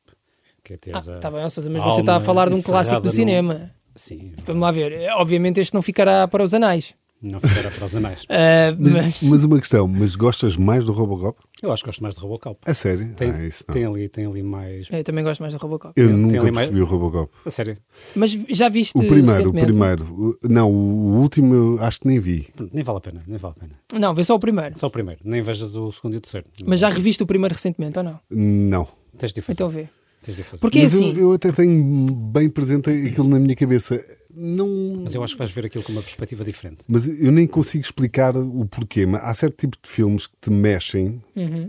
Que é teres a-
Está Ah, tá bem, ou seja, mas
a
você está a
alma
falar de um
encerrada
clássico do
num-
cinema.
Sim.
É, Vamos lá ver. Eh, Obviamente este não ficará para os anais.
Não ficará para os anais.
Ah,
Mas,
mas-
mas uma questão, mas gostas mais do Robocop?
Eu acho que gosto mais de Robocop.
A sério?
Tem,
ah, isso não.
tem ali, tem ali mais.
Eu também gosto mais do Robocop.
Eu
tem- tem
nunca
ali mais-
percebi o Robocop.
A sério.
Mas já viste
O primeiro, o
recentemente?
primeiro. O- Não, o último eu acho que nem vi.
Pronto, Nem vale a pena, nem vale a pena.
Não, vê só o primeiro.
Só o primeiro, nem vejas o segundo e o terceiro.
Mas já reviste o primeiro recentemente ou não?
Não.
Tens de o fazer.
Então vê.
Tens de o fazer.
Porque é
Mas eu-
assim.
eu, até tenho bem presente aquilo na minha cabeça. Não.
Mas eu acho que vais ver aquilo com uma perspectiva diferente.
Mas eu nem consigo explicar o porquê. Mas há certo tipo de filmes que te mexem.
Uhum.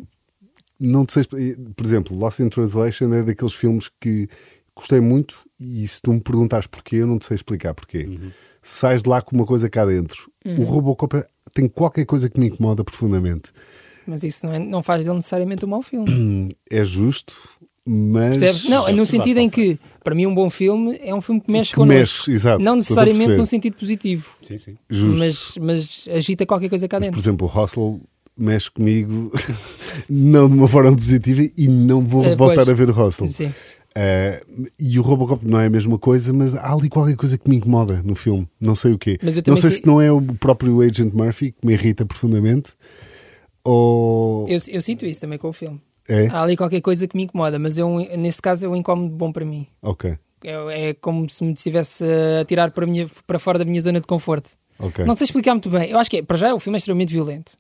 Não te sei. expli- Por exemplo, Lost in Translation é daqueles filmes que gostei muito e se tu me perguntares porquê, eu não te sei explicar porquê.
Uhum.
Sais de lá com uma coisa cá dentro. O Robocop é- tem qualquer coisa que me incomoda profundamente.
Mas isso não, é- não faz dele necessariamente um mau filme.
É justo, mas.
Percebes? Não, é no sentido em que, para mim, um bom filme é um filme que mexe connosco.
mexe, exato, estou
Não
a
necessariamente
perceber.
num sentido positivo,
Sim, sim.
Justo.
mas, mas agita qualquer coisa cá
Mas,
dentro.
por exemplo, o Hostel mexe comigo não de uma forma positiva e não vou
Eh,
voltar
pois.
a ver o Hostel.
Sim.
Eh, e o Robocop não é a mesma coisa, mas há ali qualquer coisa que me incomoda no filme. Não sei o quê.
Mas eu
Não
também
sei
sei-
se não é o próprio Agent Murphy que me irrita profundamente ou.
Eu, Ah. eu sinto isso também com o filme.
É?
Há ali qualquer coisa que me incomoda, mas eu, nesse caso é um incómodo bom para mim.
Ok,
É, é como se me estivesse a tirar para, a minha, para fora da minha zona de conforto.
ok.
Não sei explicar muito bem. Eu acho que, é, para já, o filme é extremamente violento.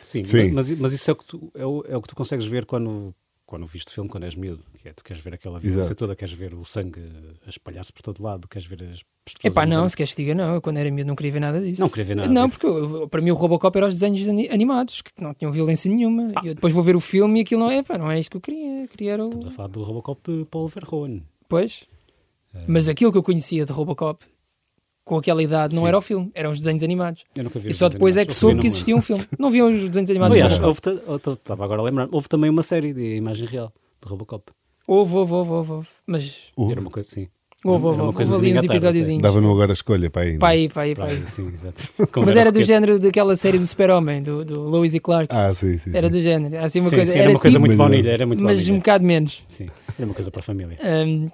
Sim,
Sim.
Mas, mas isso é o, que tu, é, o, é o que tu consegues ver quando, quando viste o filme, quando és miúdo. Que é, tu queres ver aquela violência
Exato.
toda, queres ver o sangue a espalhar-se por todo lado, queres ver as pessoas.
É pá,
a
não,
morrer.
se queres que te diga, não. Eu quando era miúdo não queria ver nada disso.
Não queria ver nada
Não,
disso.
porque eu- para mim o Robocop era os desenhos ani- animados, que não tinham violência nenhuma.
Ah.
E eu depois vou ver o filme e aquilo não é, pá, não é isto que eu queria. Eu queria era o...
Estamos a falar do Robocop de Paul Verhoeven.
Pois.
É.
Mas aquilo que eu conhecia de Robocop, com aquela idade, não era o filme, eram os desenhes animados.
Eu nunca vi
E
os
só
desenhos
depois é que
animados. Eu vi
soube que
numa-
existia um filme. Não viam os desenhos animados.
Aliás,
do Robocop.
houve, ta- eu ta- estava agora a lembrar, houve também uma série de imagem real de Robocop.
Houve, houve, houve, houve, houve. Mas
Era uma coisa assim.
houve, houve,
Era uma
houve,
coisa
houve
de
ali
engatar,
uns
até.
episódiozinhos.
Dava-me agora a escolha para aí. não é?
Pá aí, pá aí, pá
Para
aí.
aí, sim, exato. Como
Mas era do
roquete.
género daquela série do Super-Homem, do, do Lois e Clark.
Ah, sim, sim.
Era do género. Assim, uma
Sim,
coisa,
sim, era, uma coisa
tipo,
muito
mas-
baunilha, era muito
mas um
baunilha.
bocado menos.
Sim, era uma coisa para a família.
Ahm,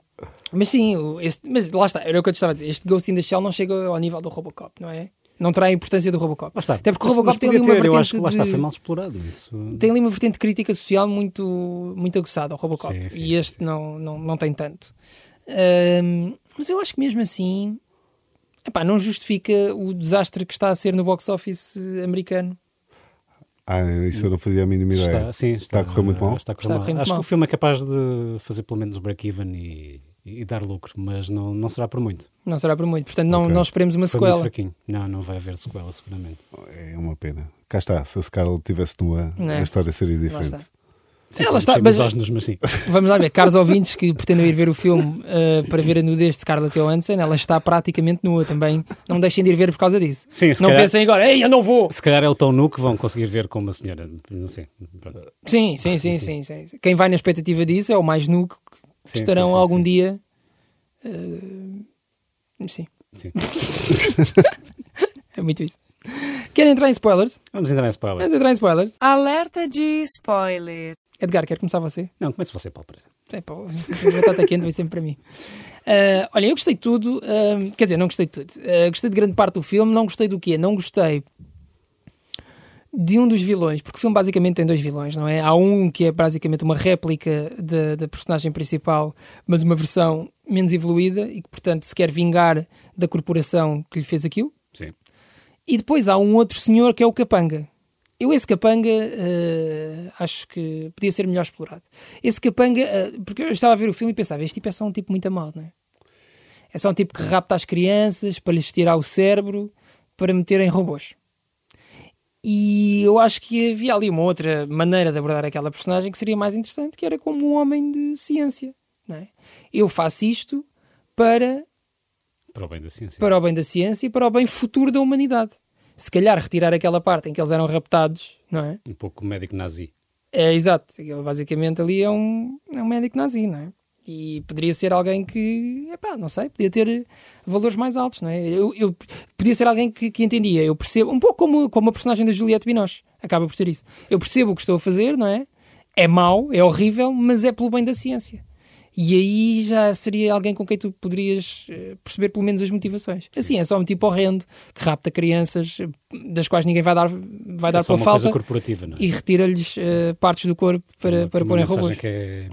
mas sim, o- este, mas lá está, era o que eu te estava a dizer. Este Ghost in the Shell não chega ao nível do Robocop, não é? Não terá a importância do Robocop.
Lá está.
Até porque o
Mas-
Robocop
mas
tem ali
podia
uma
ter,
vertente.
Eu acho que lá
de-
está, foi mal explorado isso.
tem ali uma vertente de crítica social muito, muito aguçada ao Robocop.
Sim, sim,
e
sim,
este Não, não, não tem tanto. Ahm, mas eu acho que mesmo assim epá, não justifica o desastre que está a ser no box office eh, americano.
Ah, isso eu não fazia a mínima ideia.
Está, sim,
é. Está a correr muito mal?
Está a correr
Está a
mal.
correr muito
Acho
mal.
que o filme é capaz de fazer pelo menos o break-even e, e dar lucro, mas não, não será por muito.
Não será por muito. Portanto, não,
Ok.
não esperemos uma
Foi muito
sequela.
fraquinho. Não, não vai haver sequela, seguramente.
É uma pena. Cá está, se a Scarlett estivesse nua,
Não é?
a história seria
Lá
diferente.
está. Ela está,
mas... assim.
mas
Misóginos, mas sim.
vamos lá ver, caros ouvintes que pretendem ir ver o filme eh, para ver a nudez de Scarlett Johansson, ela está praticamente nua também. Não deixem de ir ver por causa disso.
Sim, se
não
calhar-
pensem agora, ei, eu não vou!
Se calhar é o Tom Nu que vão conseguir ver com uma senhora. Não sei. Pronto.
Sim, sim, sim, sim, sim, sim. Quem vai na expectativa disso é o mais nu que que
Sim,
estarão
sim, sim,
algum
sim.
dia. eh, sim,
Sim.
é muito isso. Querem entrar em spoilers?
Vamos entrar em spoilers.
Vamos entrar em spoilers.
Alerta de spoiler.
Edgar, quer começar você?
Não, comece você, Paulo Pereira.
É pá, sempre a batata quente vem sempre para mim. Ah, olha, eu gostei de tudo. ah, quer dizer, não gostei de tudo. Ah, gostei de grande parte do filme. Não gostei do quê? Não gostei de um dos vilões, porque o filme basicamente tem dois vilões, não é? Há um que é basicamente uma réplica da, da personagem principal, mas uma versão menos evoluída e que, portanto, se quer vingar da corporação que lhe fez aquilo.
Sim.
E depois há um outro senhor que é o Capanga. Eu, esse Capanga, eh, acho que podia ser melhor explorado. Esse Capanga, eh, porque eu estava a ver o filme e pensava, este tipo é só um tipo muito amado, não é? É só um tipo que rapta as crianças para lhes tirar o cérebro para meter em robôs. E eu acho que havia ali uma outra maneira de abordar aquela personagem que seria mais interessante, que era como um homem de ciência. Não é? Eu faço isto para
Para o bem da ciência.
para o bem da ciência e para o bem futuro da humanidade. Se calhar retirar aquela parte em que eles eram raptados, não é?
Um pouco médico nazi.
É exato. Ele basicamente ali é um, é um médico nazi, não é? E poderia ser alguém que, epá, não sei, podia ter valores mais altos, não é? Eu, eu- podia ser alguém que, que entendia. Eu percebo, um pouco como, como a personagem da Juliette Binoche, acaba por ser isso. Eu percebo o que estou a fazer, não é? É mau, é horrível, mas é pelo bem da ciência. E aí já seria alguém com quem tu poderias eh, perceber pelo menos as motivações. Assim, é só um tipo horrendo que rapta crianças eh, das quais ninguém vai dar, vai dar
é só
pela
uma coisa
falta
corporativa, não é?
e retira-lhes eh, partes do corpo para,
Uma-
para
uma
pôr em
mensagem
robôs.
que é,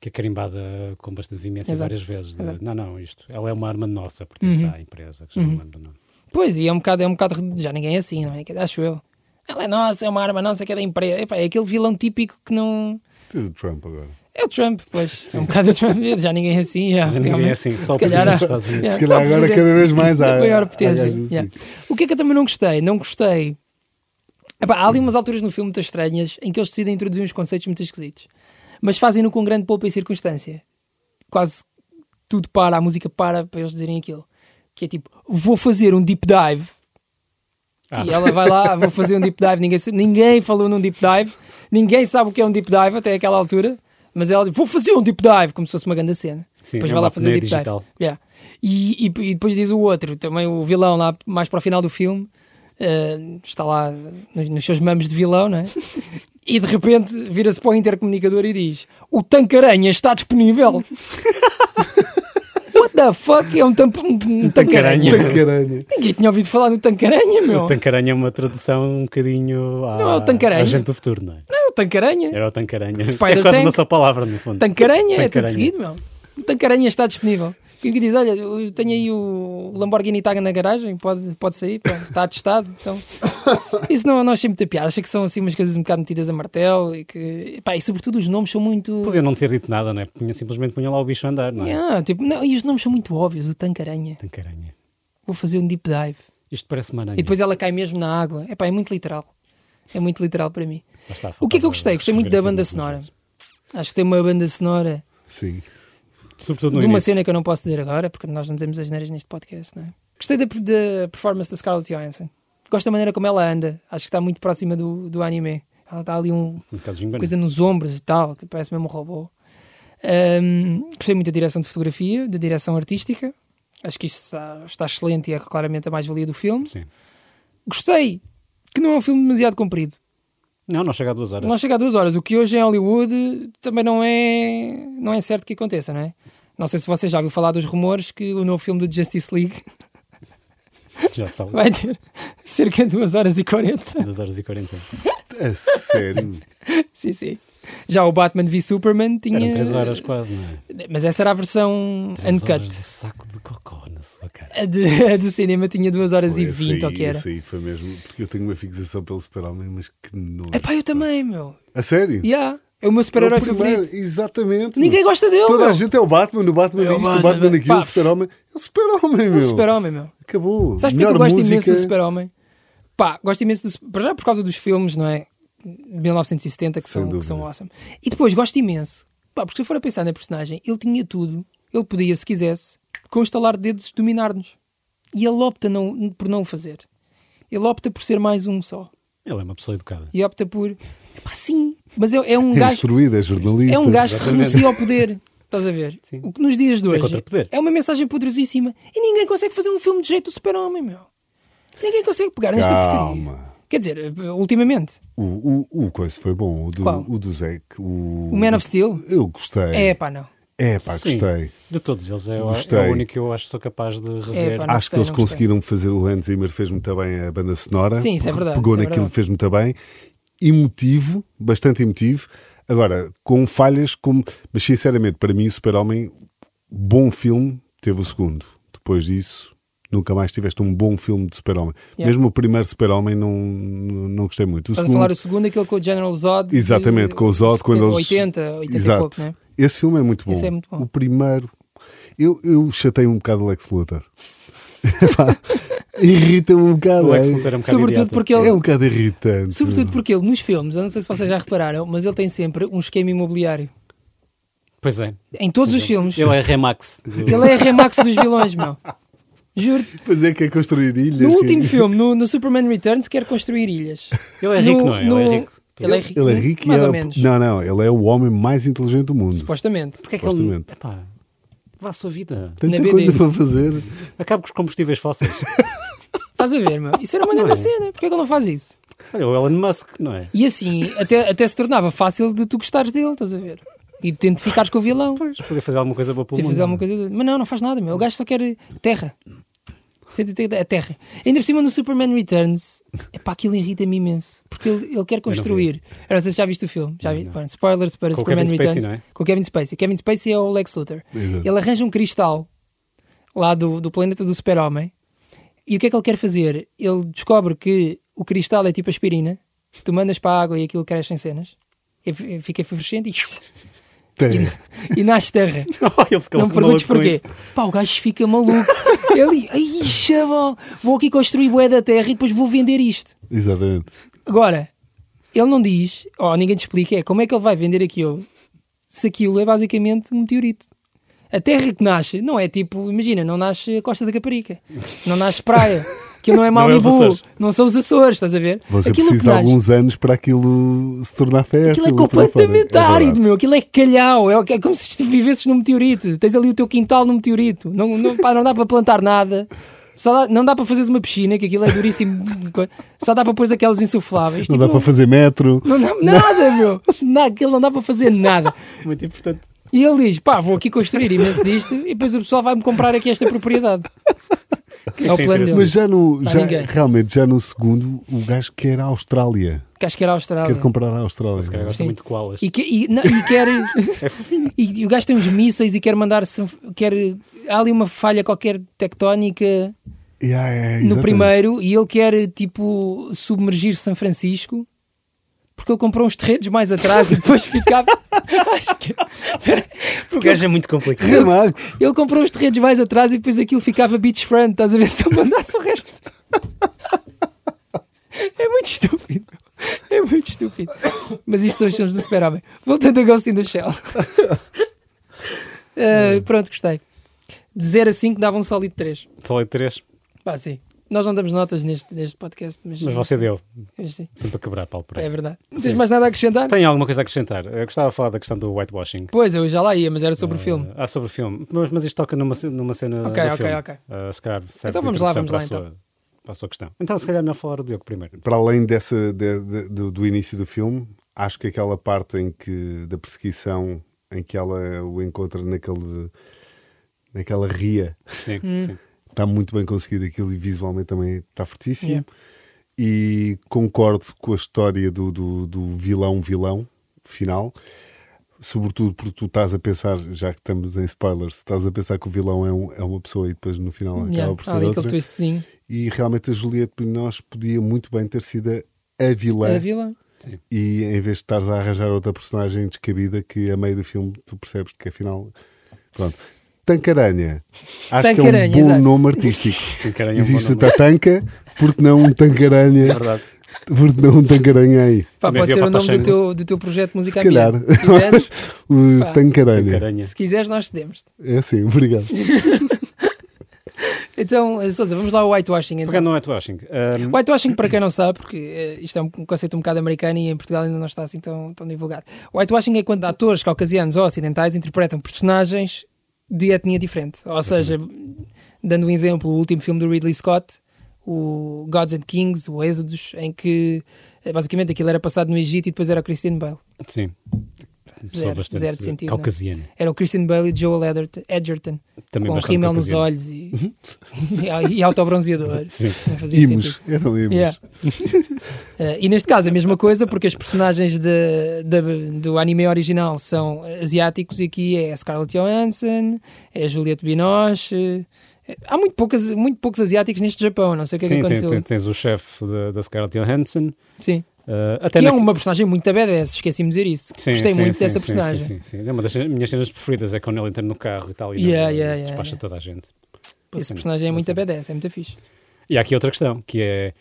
que é carimbada com bastante veemência
Exato,
várias vezes. de,
exato.
não,
Uhum.
não, isto. Ela é uma arma nossa, pertence à empresa, que já não lembro o nome.
Pois, e é um bocado, é um bocado redu- já ninguém é assim, não é? Quer dizer, Acho eu. Ela é nossa, é uma arma nossa, que é da empresa. Epá, é aquele vilão típico que não.
Tens o Trump agora.
É o Trump, pois. É um bocado o Trump, já ninguém é assim. Já,
Já ninguém é assim, só o
Se
presidente
calhar
dos
há-
Estados Unidos.
yeah,
Se
só o
calhar agora
presidente.
cada vez mais há.
da maior
há
potência.
gajos assim.
yeah. O que é que eu também não gostei? Não gostei. Epá, há
Hum.
ali umas alturas no filme muito estranhas em que eles decidem introduzir uns conceitos muito esquisitos, mas fazem-no com grande poupa e circunstância. Quase tudo para, a música para para eles dizerem aquilo. Que é tipo, vou fazer um deep dive.
Ah.
E ela vai lá, vou fazer um deep dive. Ninguém, sa- ninguém falou num deep dive, ninguém sabe o que é um deep dive até aquela altura. Mas ela diz, vou fazer um deep dive, como se fosse uma grande cena.
Sim,
depois
é
vai
uma
lá fazer o deep
apneia digital.
dive. Yeah. E, e, e depois diz o outro, também o vilão lá mais para o final do filme, eh, está lá nos, nos seus mamos de vilão, não é? E de repente vira-se para o intercomunicador e diz: O tanque-aranha está disponível. What the fuck é um, tamp- um, um tanque-aranha?
Tanque-aranha.
Caralho.
Ninguém tinha ouvido falar no tanque-aranha, meu.
O Tancaranha é uma tradução um bocadinho à,
Não, é o Tancaranha.
à gente do futuro, não é?
Não, o tanque-aranha.
Era o Tancaranha.
Spider
é quase uma
Tank.
só palavra, no fundo.
Tancaranha, é tudo
Tancaranha.
seguido, meu. O Tancaranha está disponível. Quem que diz, olha, eu tenho aí o Lamborghini Taga na garagem, pode, pode sair, pá, está atestado. Então. Isso não, não achei muita piada. Achei que são assim umas coisas um bocado metidas a martelo e que. Pá, e sobretudo os nomes são muito.
Podia não ter dito nada, não é? Punha- Simplesmente punha lá o bicho a andar, não é?
Yeah, tipo, não, e os nomes são muito óbvios. O Tancaranha.
Tancaranha.
Vou fazer um deep dive.
Isto parece uma aranha.
E depois ela cai mesmo na água. É pá, é muito literal. É muito literal para mim.
Lá está,
O que é que eu
faltava
gostei? Gostei muito da
escrever
banda
aquilo
sonora.
muitas vezes.
Acho que tem uma banda sonora
Sim.
Sobretudo no
de uma
início.
cena que eu não posso dizer agora, porque nós não dizemos as neiras neste podcast, não é? Gostei da, da performance da Scarlett Johansson. Gosto da maneira como ela anda. Acho que está muito próxima do, do anime. Ela está ali um,
Um bocado gingana.
coisa nos ombros e tal, que parece mesmo um robô. Ahm, gostei muito da direção de fotografia, da direção artística. Acho que isso está, está excelente e é claramente a mais-valia do filme.
Sim.
Gostei que não é um filme demasiado comprido.
Não, não chega a duas horas.
Não chega a duas horas. O que hoje é Hollywood também não é, não é certo que aconteça, não é? Não sei se você já ouviu falar dos rumores que o novo filme do Justice League
Já está lá.
vai ter cerca de 2 horas e 40.
2 horas e 40.
A sério.
Sim, sim. Já o Batman v Superman tinha.
Eram 3 horas quase, não é?
Mas essa era a versão
Três
uncut.
horas de saco de cocó na sua cara.
A, de- a do cinema tinha 2 horas e
Pô, esse
20,
aí-
ou que era.
esse aí foi mesmo. Porque eu tenho uma fixação pelo super-homem, mas que nojo.
Epá, eu também, meu.
A sério?
Yeah. É o meu
É o
super-herói
primeiro,
favorito.
Exatamente.
Ninguém
meu.
gosta dele,
Toda
meu.
a gente é o Batman, o Batman
É o
isto, o
Batman,
Batman aquilo,
pá.
o super-homem. É o super-homem,
É um
meu.
super-homem, meu.
Acabou.
Sabes porque
Melhor
eu gosto
música.
imenso do Super-Homem? Pá, gosto imenso do. Super- Para já por causa dos filmes, não é? De 1970, que
Sem
são, que são
dúvida.
awesome. E depois gosto imenso. Pá, porque se eu for a pensar na personagem, ele tinha tudo. Ele podia, se quisesse, com um estalar de dedos, dominar-nos. E ele opta não, por não o fazer. Ele opta por ser mais um só.
Ele é uma pessoa educada.
E opta por. Pá, sim, mas é, é um
É
gajo.
instruído, é jornalista.
É um gajo que
exatamente.
renuncia ao poder. Estás a ver?
Sim.
O que nos dias de
É
hoje
contra-poder.
é uma mensagem poderosíssima e ninguém consegue fazer um filme de jeito do super-homem, meu. Ninguém consegue pegar nesta porcaria.
Calma.
Quer dizer, eh, ultimamente,
O, o, o coisa foi bom, o do,
Qual?
o do Zeke. O,
o Man of Steel
Eu gostei.
é pá, não.
É pá,
Sim.
gostei.
De todos eles, é, o-
Gostei.
é o único que eu acho que sou capaz de rever.
pá, não.
Acho
gostei,
que eles
não gostei.
conseguiram fazer. O Hans Zimmer fez muito bem a banda sonora.
Sim, isso é verdade,
Pegou
isso é
naquilo
verdade.
que fez muito bem. Emotivo, bastante emotivo. Agora, com falhas como. Mas sinceramente, para mim, o Super-Homem, bom filme, teve o segundo. Depois disso, nunca mais tiveste um bom filme de Super-Homem.
Yeah.
Mesmo o primeiro Super-Homem, não, não não gostei muito. O
Estás a falar o segundo, aquele com o General Zod. de
Exatamente, com o Zod, quando eles.
80, 80 e pouco, não é?
Esse filme é muito bom.
Esse é muito bom.
O primeiro. Eu, eu chatei um bocado o Lex Luthor. Pá, Irrita-me um bocado.
O Lex
é?
Luthor é um bocado
Sobretudo
idiota.
porque ele.
É um bocado irritante.
Sobretudo porque ele, nos filmes, eu não sei se vocês já repararam, mas ele tem sempre um esquema imobiliário.
Pois é.
Em todos os filmes,
Ele é Remax. do-
ele é a remax dos vilões, meu. Juro.
Pois é, que é construir ilhas.
No
que-
último filme, no, no Superman Returns, quer construir ilhas.
Ele é rico, não é? Ele é rico.
Ele é rico,
Ele é rico e
mais
é-
ou menos.
Não, não, ele é o homem mais inteligente do mundo.
Supostamente.
Porque é que ele.
supostamente.
Epá, vá à sua vida.
Tanta
na BD.
coisa para fazer.
Acabe É. com os combustíveis fósseis.
Estás a ver, meu? Isso era uma grande
Não é?
cena. Porquê que ele não faz isso?
Olha, o Elon Musk, não é?
E assim, até, até se tornava fácil de tu gostares dele, estás a ver? e te identificares com o vilão.
Pois, poder fazer alguma coisa boa pelo
Tem que
mundo.
fazer alguma coisa. Mas não, não faz nada, meu. O gajo só quer eh, terra. Sente ter- a terra. Ainda por cima no Superman Returns, epá, aquilo irrita-me imenso. Porque ele, ele quer construir. Era, vocês já viste o filme? Já vi? Pronto, spoilers
Com
para
o
Superman
Kevin Spacey,
Returns.
não é?
Com o Kevin Spacey. Kevin Spacey é o Lex Luthor.
Exato.
Ele arranja um cristal lá do, do planeta do Super-Homem. E o que é que ele quer fazer? Ele descobre que o cristal é tipo aspirina. Tu mandas para a água e aquilo cresce em cenas. E f- Fica efervescente e,
É.
Terra.
e nasce terra.
Ele ficou
Não me
maluco
perguntes
com
porquê.
isso.
Pá, o gajo fica maluco. Ele, ai, chaval, vou aqui construir bué da terra e depois vou vender isto.
Exatamente.
Agora, ele não diz, ou ninguém te explica, é como é que ele vai vender aquilo se aquilo é basicamente um meteorito. A terra que nasce não é tipo, imagina, não nasce a Costa da Caparica, não nasce praia, aquilo não é
Não é os
Malibu, não,
Açores.
são os Açores, estás a ver?
Você
aquilo que
precisa de
nasce-
alguns anos para aquilo se tornar fértil.
Aquilo é
por aí fora.
completamente
É
árido,
verdade.
meu. Aquilo é calhau. É é como se tu vivesses num meteorito. Tens ali o teu quintal num meteorito. Não, não, pá, não dá para plantar nada. Só dá- não dá para fazeres uma piscina, que aquilo é duríssimo. Só dá para pôr aquelas insufláveis.
Não
Tipo,
dá para fazer metro.
não dá nada, meu. Não, aquilo não dá para fazer nada.
Muito importante.
E ele diz: pá, vou aqui construir imenso disto e depois o pessoal vai-me comprar aqui esta propriedade. É o
tem interesse?
plano dele.
Mas já no.
Para
Já,
ninguém.
realmente, já no segundo, o gajo quer a Austrália.
Que acho que era a Austrália.
Quer comprar a Austrália.
Esse cara gosta
Sim.
muito de koalas. É
E, que- e- não, e quer. e, e o gajo tem uns mísseis e quer mandar. Quer, há ali uma falha qualquer tectónica no
Yeah, yeah, ah, é, exatamente.
primeiro e ele quer, tipo, submergir São Francisco porque ele comprou uns terrenos mais atrás e depois ficava. Acho que- Espera,
O
porque ele,
gajo é muito complicado.
Remax.
ele comprou uns terrenos mais atrás e depois aquilo ficava beachfront. Estás a ver se eu mandasse o resto. É muito estúpido. É muito estúpido. Mas isto são os filmes do Super-Homem. Voltando a Ghost in the Shell. Uh, pronto, gostei. De 0 a 5 dava um sólido 3.
Só 3,
Pá, sim. Nós não damos notas neste, neste podcast, mas.
mas você deu.
mas sim.
Sempre a quebrar, Paulo. Por aí.
É verdade. Não tens mais nada a acrescentar?
Tenho alguma coisa a acrescentar. Eu gostava de falar da questão do whitewashing.
Pois, eu já lá ia, mas era sobre o filme.
Ah, sobre o filme. Mas, mas isto toca numa, ce- numa cena
Ok,
do
ok,
filme.
ok.
Ah, se calhar serve
Então
de
vamos lá,
introdução
vamos
para
lá,
a
Hum.
sua, Para a sua questão. Então se calhar melhor falar do Diogo primeiro.
Para além dessa, de- de- do, do início do filme, acho que aquela parte em que, da perseguição em que ela o encontra naquele, naquela ria
Sim,
Hum.
sim.
está muito bem conseguido aquilo e visualmente também está fortíssimo.
Yeah.
E concordo com a história do, do, do vilão vilão final, sobretudo porque tu estás a pensar, já que estamos em spoilers, estás a pensar que o vilão é, um- é uma pessoa e depois no final
Yeah.
acaba por
Há ali
ser
aquele
outra.
twistzinho.
E realmente a Juliette Binoche podia muito bem ter sido a, a vilã
A vila?
e em vez de estares a arranjar outra personagem descabida que a meio do filme tu percebes que afinal. Pronto. Tancaranha. Acho que é um
Tancaranha,
bom
exato.
nome artístico.
Tancaranha é um bom
Existe o
nome.
Tatanca, porque não um Tancaranha?
É verdade.
Porque não um Tancaranha aí?
Pá,
Também
pode
havia
ser o nome
Papachanga.
do teu, do teu projeto
Se
musical.
calhar.
Se quiseres,
o
Pá.
Tancaranha.
Caranha.
se quiseres, nós cedemos-te.
É assim, obrigado.
Então, eh, Sousa, vamos lá ao whitewashing. Então.
Pegando no é whitewashing. ahm,
Whitewashing, para quem não sabe, porque eh, isto é um conceito um bocado americano e em Portugal ainda não está assim tão, tão divulgado. Whitewashing é quando atores caucasianos ou ocidentais interpretam personagens de etnia diferente. Ou seja, dando um exemplo, o último filme do Ridley Scott, o Gods and Kings, o Êxodos, em que eh, basicamente aquilo era passado no Egito e depois era o Christian Bale.
Sim. Sou
Zero-
bastante
zero de sentido, é?
caucasiano.
Era o Christian Bale e Joel Edgerton- Edgerton,
Também
com
bastante
rímel nos
caucasiano.
olhos e, e, e autobronzeador.
Sim.
Não fazia sentido.
Imos, eram imos.
Yeah. Eh, e neste caso a mesma coisa, porque os personagens de- de- do anime original são asiáticos e aqui é a Scarlett Johansson, é a Juliette Binoche. eh, Há muito, poucas, muito poucos asiáticos neste Japão, não sei o que é que
Sim, tem-
aconteceu.
tem- tens o chefe da- da Scarlett Johansson.
Sim.
ah, até
Que é
na-
uma personagem muito abadass, esqueci-me de dizer isso.
Sim,
Gostei
sim,
muito
sim,
dessa
sim,
personagem.
Sim, sim, sim. É uma das minhas cenas preferidas é quando ele entra no carro e tal e
Yeah,
ele
yeah, yeah,
despacha
yeah.
toda a gente.
Esse
Sim,
personagem é muito
sim.
abadass, é muito fixe.
E há aqui outra questão, que é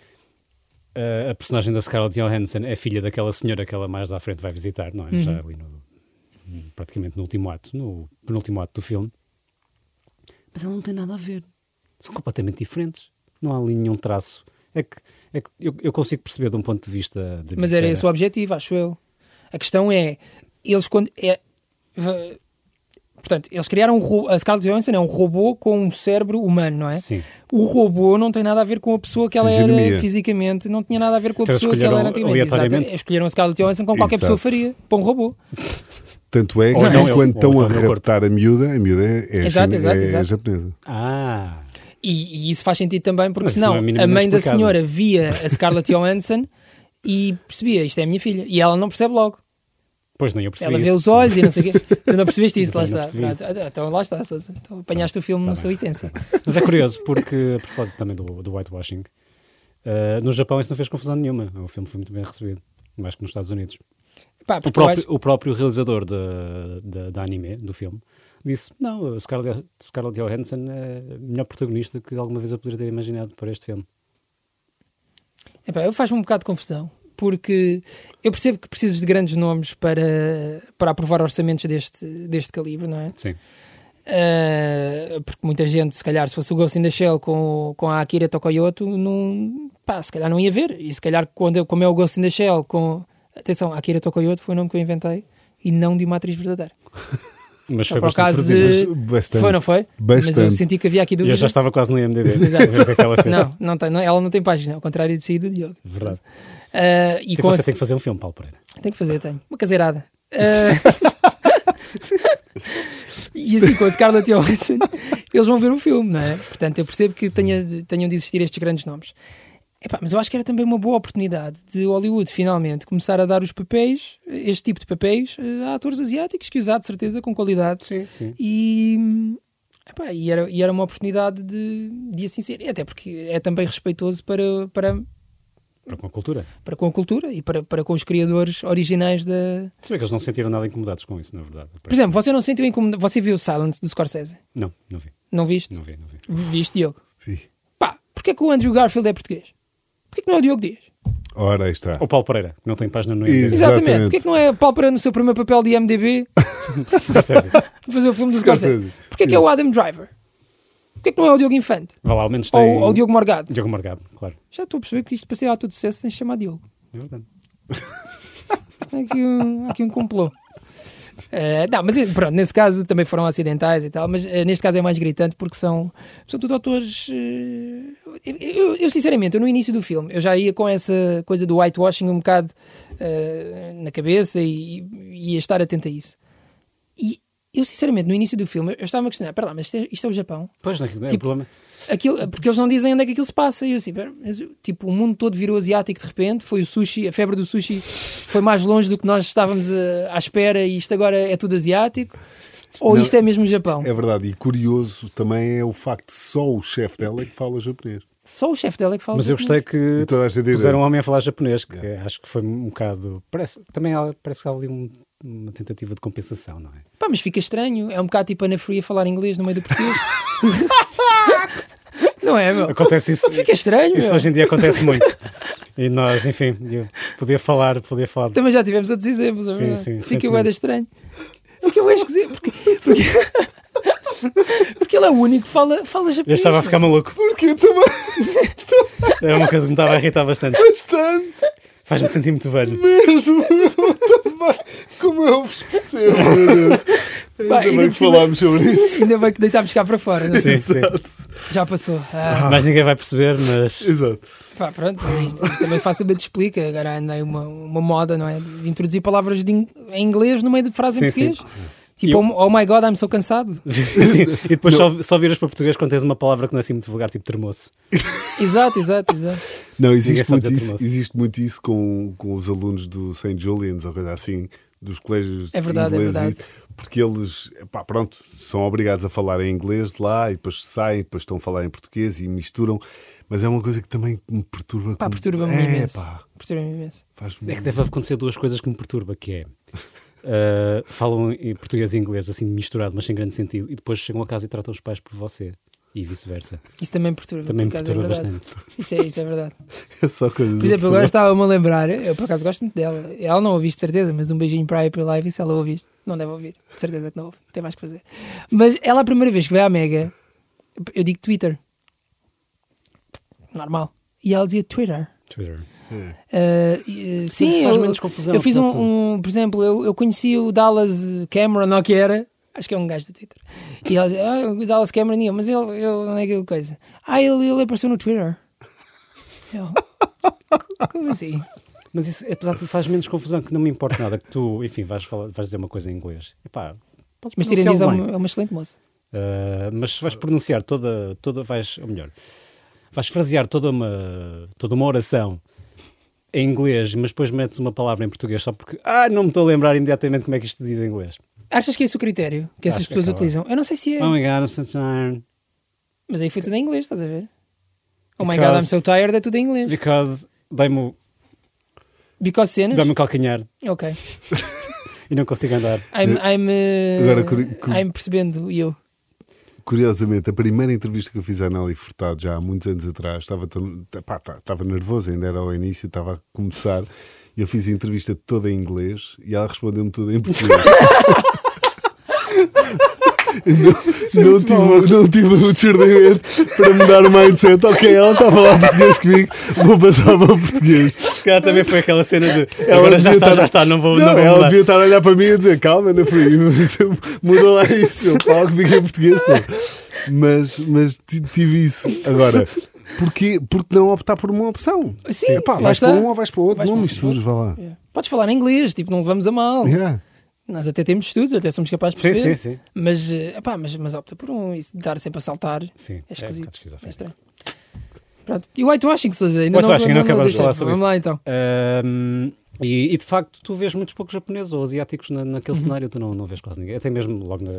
ah, a personagem da Scarlett Johansson é filha daquela senhora que ela mais à frente vai visitar, não é?
Uhum.
Já ali no, praticamente no último ato, no penúltimo ato do filme. Mas ela não tem nada a ver. São completamente diferentes. Não há ali nenhum traço. É que, é que eu, eu consigo perceber de um ponto de vista de
Mas era
bilheteira.
esse o objetivo, acho eu. A questão é, eles quando. É, v- Portanto, eles criaram um ro- a Scarlett Johansson é um robô com um cérebro humano, não é?
Sim.
O robô não tem nada a ver com a pessoa que ela era
Fisionomia.
fisicamente, não tinha nada a ver com a
Então,
pessoa que ela era
escolheram
antigamente.
aleatoriamente.
Escolheram a Scarlett Johansson como qualquer
Exato.
pessoa faria, para um robô.
Tanto é que
Ou não, é o-
quando
ou
estão a
então é o corpo.
raptar a miúda, a miúda é, é
Exato,
chine-
exato,
é
exato.
japonesa.
Ah,
E, e isso faz sentido também, porque
Mas
senão
isso não é
a mãe
minimamente
da
explicável.
senhora via a Scarlett Johansson e percebia, isto é a minha filha. E ela não percebe logo.
pois nem eu percebi
ela
isso.
vê os olhos e não sei o quê. Tu não percebeste isso,
Eu
lá
também
está.
não percebi Tá
Pronto. Então lá está, Sousa. Então apanhaste o filme na sua essência.
Mas é curioso, porque a propósito também do, do whitewashing, eh, no Japão isso não fez confusão nenhuma. O filme foi muito bem recebido, mais que nos Estados Unidos.
Pá,
O
porque eu
próprio,
acho-
o próprio realizador da, da, da anime, do filme, disse: Não, a Scarlett, Scarlett Johansson é a melhor protagonista que alguma vez eu poderia ter imaginado para este filme.
Epá, eu faz-me um bocado de confusão, porque eu percebo que precisas de grandes nomes para, para aprovar orçamentos deste, deste calibre, não é?
Sim.
Ah, porque muita gente, se calhar, se fosse o Ghost in the Shell com, com a Akira Tokoyoto, não, pá, se calhar não ia ver. E se calhar, quando, como é o Ghost in the Shell com. Atenção, Akira Tokoyoto foi o nome que eu inventei e não de uma atriz verdadeira.
Mas foi
Só para o
bastante
caso
verdadeiro.
de.
mas bastante.
Foi, não foi? Mas eu
Bastante.
senti que havia aqui
E eu
dúvidas.
já estava quase no IMDB a
Exato.
ver o que é que ela fez.
Não, não tem, não- ela não tem página, ao contrário de si e do Diogo.
Verdade.
Ah, e
E
com
você
a-
tem que fazer um filme, Paulo Pereira.
Tem que fazer, tenho. Uma caseirada. Ah, e assim, com a Scarlett Johansson, eles vão ver o filme, não é? Portanto, eu percebo que tenha, de- tenham de existir estes grandes nomes. Epá, mas eu acho que era também uma boa oportunidade de Hollywood, finalmente, começar a dar os papéis, este tipo de papéis, eh, a atores asiáticos que usar de certeza com qualidade.
Sim, sim.
E, epá, e, era, e era uma oportunidade de, de assim ser. E Até porque é também respeitoso para, para,
Para com a cultura.
para com a cultura e para, para com os criadores originais da,
Se bem que eles não se sentiram nada incomodados com isso, na verdade.
Por exemplo, você não se sentiu incomodado? Você viu o Silence do Scorsese?
Não, não vi.
Não viste?
Não vi, não vi.
Viste, Diogo?
Sim.
Pá, porquê que o Andrew Garfield é português? Porquê que não é o Diogo Dias?
Ora, aí está.
Ou Paulo Pereira, que não tem página no IMDb.
Exato.
Exatamente.
Exatamente.
Porquê que não é Paul Pereira no seu primeiro papel de IMDB
Scorsese.
de fazer o filme do Scorsese?
Scorsese.
Porquê que é o Adam Driver? Porquê que não é o Diogo Infante?
Vá lá, ao menos tem...
Ou, ou o Diogo Morgado?
Diogo Morgado, claro.
Já estou a perceber que isto para ser autor de sucesso tens de chamar Diogo.
É verdade.
Há aqui um, há aqui um complô. Eh, não, mas eh, pronto, nesse caso também foram acidentais e tal, mas eh, neste caso é mais gritante porque são, são tudo autores. eh, eu, eu, sinceramente, eu no início do filme eu já ia com essa coisa do whitewashing um bocado eh, na cabeça e, e ia estar atento a isso. E eu sinceramente, no início do filme, eu estava a questionar: pera lá, mas isto é, isto é o Japão?
Pois, não, é o
Tipo-
problema.
Aquilo, porque eles não dizem onde é que aquilo se passa. E eu assim, pera, mas eu- tipo, o mundo todo virou asiático de repente. Foi o sushi, a febre do sushi foi mais longe do que nós estávamos eh, à espera e isto agora é tudo asiático. Ou
Não,
isto é mesmo Japão?
É verdade. E curioso também é o facto de só o chefe dela é que fala japonês.
Só o chefe dela é que fala.
Mas eu
japonês.
gostei que
E toda a gente diz- é.
puseram um homem a falar japonês, que acho que foi um bocado. Parece, também há- parece que há ali um- uma tentativa de compensação, não é?
Pá, mas fica estranho. É um bocado tipo Ana Free a falar inglês no meio do português. não é, meu?
Acontece isso.
Fica estranho,
Isso
meu.
hoje em dia acontece muito. E nós, enfim, eu podia falar, podia falar.
Também já tivemos outros exemplos, é
Sim,
verdade.
sim,
Fica
recentemente.
bué da estranho. O que eu acho que porque, porque, porque ele é o único que fala, fala japonês.
Eu estava a ficar maluco.
Porque eu também
Era uma coisa que me estava a irritar bastante.
bastante
Faz-me sentir muito velho.
mesmo. Eu também. Como eu vos percebo, meu Deus. Ainda
Pá, ainda
bem
por
que
cima-
falámos sobre isso.
Ainda bem que deitámos cá para fora. não é?
Sim, sim.
Já passou. Ah,
Mas ninguém vai perceber, mas.
Exato.
pá, pronto, isto também facilmente explica. Agora anda aí uma, uma moda, não é? De introduzir palavras de in- em inglês no meio de frase em
Sim, sim.
português. Tipo, oh, my god, I'm so cansado.
Sim. E depois só, só viras para português quando tens uma palavra que não é assim muito vulgar, tipo termoço.
Exato, exato, exato.
Não,
Ninguém
existe
sabe
muito,
dizer
isso,
termoço.
existe muito isso com, com os alunos do St. Julian's ou coisa assim, dos colégios
É verdade, é
ingleses,
verdade.
isso, porque eles, pá, pronto, são obrigados a falar em inglês lá e depois saem, depois estão a falar em português e misturam, mas é uma coisa que também me perturba.
Pá,
como-
perturba-me
é,
imenso.
pá,
Perturba-me imenso.
faz-me...
É que deve acontecer duas coisas que me perturba, que é ah, falam em português e inglês assim misturado, mas sem grande sentido, e depois chegam a casa e tratam os pais por você e vice-versa.
Isso também perturba.
Também me
por acaso, é
perturba
verdade.
bastante.
Isso é, isso é verdade.
É só coisas
Por exemplo, agora estava-me a lembrar, eu por acaso gosto muito dela. Ela não ouviste, de certeza, mas um beijinho para a April Live, se ela ouviste, não deve ouvir, de certeza que não ouve, tem mais que fazer. Mas ela, a primeira vez que veio à Mega, eu digo Twitter, normal, e ela dizia Twitter.
Twitter.
Ah, e, sim,
isso faz
eu,
menos confusão,
eu fiz um,
portanto.
um- por exemplo, eu, eu conheci o Dallas Cameron, não que era, Acho que é um gajo do Twitter. E ela dizia, ah, o Dallas Cameron, e eu, mas ele, ele não é aquela coisa. Ah, ele, ele apareceu no Twitter. Eu, como assim?
Mas isso, apesar de tudo, faz menos confusão, que não me importa nada. Que tu, enfim, vais, falar, vais dizer uma coisa em inglês. Epá, podes
Mas
pronunciar
Tirandiz é,
bem.
uma- é uma excelente moça.
Uh, mas se vais pronunciar toda, toda vais, ou melhor, vais frasear toda uma, toda uma oração em inglês, mas depois metes uma palavra em português só porque, ah, não me estou a lembrar imediatamente como é que isto se diz em inglês.
Achas que é esse o critério que essas
Acho que
pessoas
é, claro.
utilizam? Eu não sei se é.
Oh my God, I'm so tired
Mas aí foi tudo em inglês, estás a ver? Oh my
Because-
god, I'm so tired, é tudo em inglês.
because dá-me
Because cenas?
dá me um calcanhar
Ok.
e não consigo andar.
I'm, I'm, eh,
Agora, curi- cu-
I'm percebendo, e eu.
Curiosamente, a primeira entrevista que eu fiz à Nelly Furtado, já há muitos anos atrás, estava, tão- pá, tá- estava nervoso, ainda era ao início, estava a começar. E eu fiz a entrevista toda em inglês e ela respondeu-me tudo em português. não, não, tive, não tive o discernimento para mudar o mindset. Ok, ela estava lá em português comigo, vou passar para o português.
Se calhar também foi aquela cena de
Ela
agora já está,
devia estar-
já está, não vou, não, vou
ela
mudar.
devia estar a é olhar para mim e dizer calma, não foi Muda lá isso, eu falo comigo em português. pô. Mas, mas ti- tive isso. Agora, porquê, porque não optar por uma opção?
Sim,
Epá,
lá
vais
está.
para um ou vais para o outro,
Vais
não
para um,
misturas, vá lá.
Yeah. Podes falar em inglês, tipo, não levamos a mal.
Yeah.
Nós até temos estudos, até somos capazes de
Sim,
perceber.
sim, sim.
Mas, eh, epá, mas, mas opta por um, e se dar sempre a saltar
Sim,
é esquisito.
um bocado
É
esquizofrénico.
estranho. Pronto. E o whitewashing, Sousa? Ainda
Whitewashing, não acabamos de
deixei.
falar sobre
Vamos
isso.
lá então.
Ahm, e, e, de facto, tu vês muitos poucos japoneses ou asiáticos na-
Uhum.
naquele cenário, tu não, não vês quase ninguém. Até mesmo logo, na,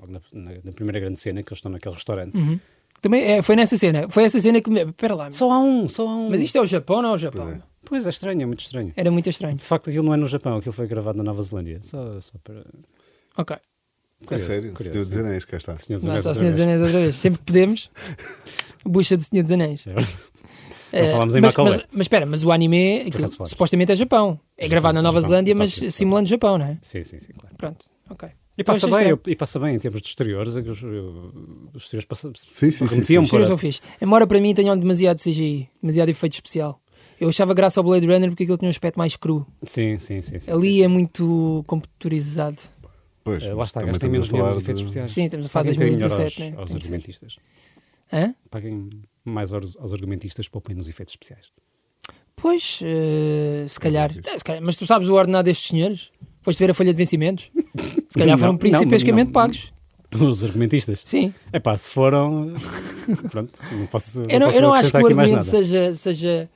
logo na- na- na primeira grande cena que eles estão naquele restaurante.
Uhum. Também é, foi nessa cena. Foi essa cena que me. Espera lá.
Uhum. Só há um, só há um.
Mas isto é o Japão, não é o Japão?
Pois é estranho, é muito estranho.
Era muito estranho.
De facto, aquilo não é no Japão, aquilo foi gravado na Nova Zelândia. Só, só para.
Ok.
É
Curioso,
sério,
curioso,
se teu
sim.
dizer, é cá está.
Senhor dos
Não,
Anéis
só o
outra
Senhor dos
vez.
Anéis outra vez. Sempre que podemos. Bucha de Senhor dos Anéis.
É
Eh,
Não É, falámos em
mas,
Macaulay.
mas, mas espera, mas o anime aquilo
acaso falámos.
supostamente é Japão. É gravado na Nova
Japão,
Zelândia,
tá
mas
certo, tá
simulando Japão, não é?
Sim, sim, sim, claro.
Pronto, ok.
E passa,
Então,
bem,
achei
eu- e passa bem em termos de exteriores, é que os, eu- os exteriores passam.
Sim, sim, sim,
remetiam
Os filhos
para-
são fixe. Embora para mim tenham demasiado CGI, demasiado efeito especial. Eu achava graça ao Blade Runner porque aquilo tinha um aspecto mais cru.
Sim, sim, sim. sim,
Ali
sim,
é muito computurizado.
Pois,
Eh, Lá está,
também
gastem
estamos
menos dinheiro
a falar
nos efeitos
de-
especiais.
Sim, estamos a falar de
Paguem um bocadinho
2017,
aos-
né?
aos
Tem que ser.
argumentistas.
Hã?
Paguem mais aos, aos argumentistas, poupem nos efeitos especiais.
Pois, eh, se, calhar. Eh, se calhar. Mas tu sabes o ordenado destes senhores? Foste ver a folha de vencimentos? Se calhar foram
Não,
principescamente
não, não.
pagos.
Os argumentistas?
Sim.
É pá, se foram. Pronto, não posso.
Eu não,
posso
eu não acho que
acrescentar
o
aqui mais
argumento
nada.
seja. seja...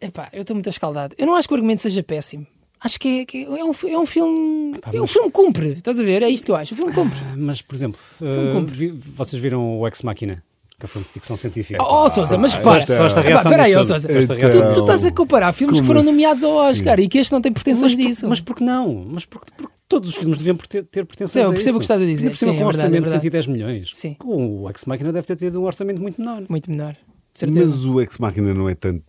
Epá, eu estou muito escaldado. Eu não acho que o argumento seja péssimo. Acho que é, que é, um, fi- é um filme. é um
mas-
filme cumpre. Estás a ver? É isto que eu acho. O filme cumpre.
Ah, Mas, por exemplo,
um
eh, vi- vocês viram o Ex Machina, que é um filme de ficção científica. Ah,
Oh, oh Sousa, mas
só
repara.
esta, só esta
Epá,
reação.
peraí,
disto
ó,
tudo.
Sousa.
Só esta
Tu-
reação
Tu, tu estás a comparar filmes que
Como
foram nomeados ao
assim?
Oscar e que este não tem pretensões
mas, por-
disso.
mas porque não? Mas porque, porque todos os filmes deviam ter, ter pretensões.
Sim, Então, eu
a
percebo
isso.
o que estás a dizer.
Ainda por cima,
Sim,
com
é
um
verdade,
orçamento de
é verdade.
110 milhões.
Sim.
O Ex Machina deve ter tido um orçamento muito menor.
Muito menor. De certeza.
Mas o Ex Machina não é tanto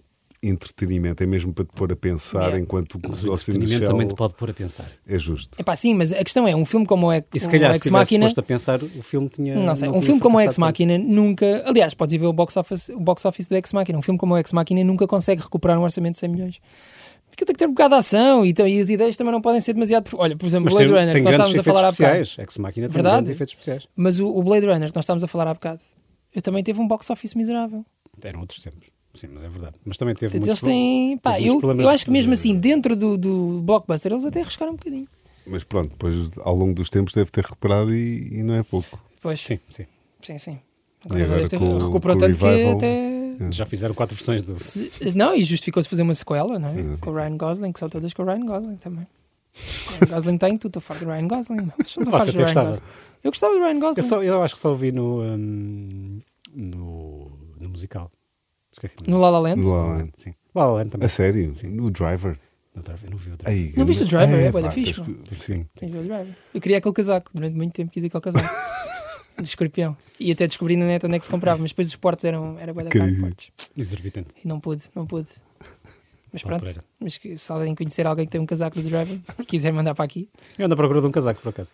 entretenimento, é mesmo para te pôr a pensar
Yeah.
enquanto o
Mas o
Austin
entretenimento
Michel
também te pode pôr a pensar.
é justo.
Epá, sim, mas a questão é, um filme como o Ex,
E se
o
calhar, se
Ex
estivesse
Machina...
posto a pensar, o filme tinha.
Não sei, um
tinha
filme como o
fracassado
Ex Machina nunca. Aliás, podes ir ver o box office, o box office do Ex Machina. Um filme como o Ex Machina nunca consegue recuperar um orçamento de 100 milhões. Porque tem que ter um bocado de ação e, tam- e as ideias também não podem ser demasiado. prof- Olha, por exemplo,
Mas
Blade
tem,
Runner,
tem
que nós
grandes
estávamos a
efeitos
falar há bocado.
especiais. Ex Machina tem
Verdade?
grandes efeitos especiais.
Mas o, o Blade Runner, que nós estávamos a falar há bocado, eu também teve um box office miserável.
Eram outros tempos. Sim, mas é verdade. Mas também teve
Portanto,
muitos
eles têm. Pá,
muitos
eu,
problemas
eu
de-
acho que mesmo assim, dentro do, do blockbuster, eles até arriscaram um bocadinho.
Mas pronto, depois ao longo dos tempos deve ter recuperado e, e não é pouco.
Pois, sim,
Sim, sim.
sim. sim.
E agora
deve ter-
com-
recuperou
com o
tanto que
revival,
até.
Já fizeram quatro versões do.
Se- Não, e justificou-se fazer uma sequela, não é?
Sim,
com o Ryan Gosling, que são todas com o Ryan Gosling também. O Ryan Gosling tem tudo, estou farto do Ryan Gosling. meu. Estou farto
Você
do
até
Ryan
gostava.
Gosling. Eu gostava do Ryan
Eu,
Gosling.
só, eu acho que só vi no. hum, no, no musical. Esqueci.
No La La Land.
Lá, lá.
Sim. Lá, lá, também.
A sério?
Sim.
No Driver?
Não, tá a ver, não vi o Drive.
Ei,
Não viste o
grande-
Driver? É
Eh,
bué da
pá,
fixe,
tens
mano.
que- Sim.
Tens de olhar. Eu queria aquele casaco, durante muito tempo quis aquele casaco. de escorpião. E até descobri na net onde é que se comprava, mas depois os portos eram. Era bué da cara,
Querido.
portos.
Exorbitante.
E não pude, não pude. Mas
Pá,
pronto,
Pereira.
mas que, se alguém conhecer alguém que tem um casaco do Driver, quiser mandar para aqui.
Eu ando à procura de um casaco, por acaso.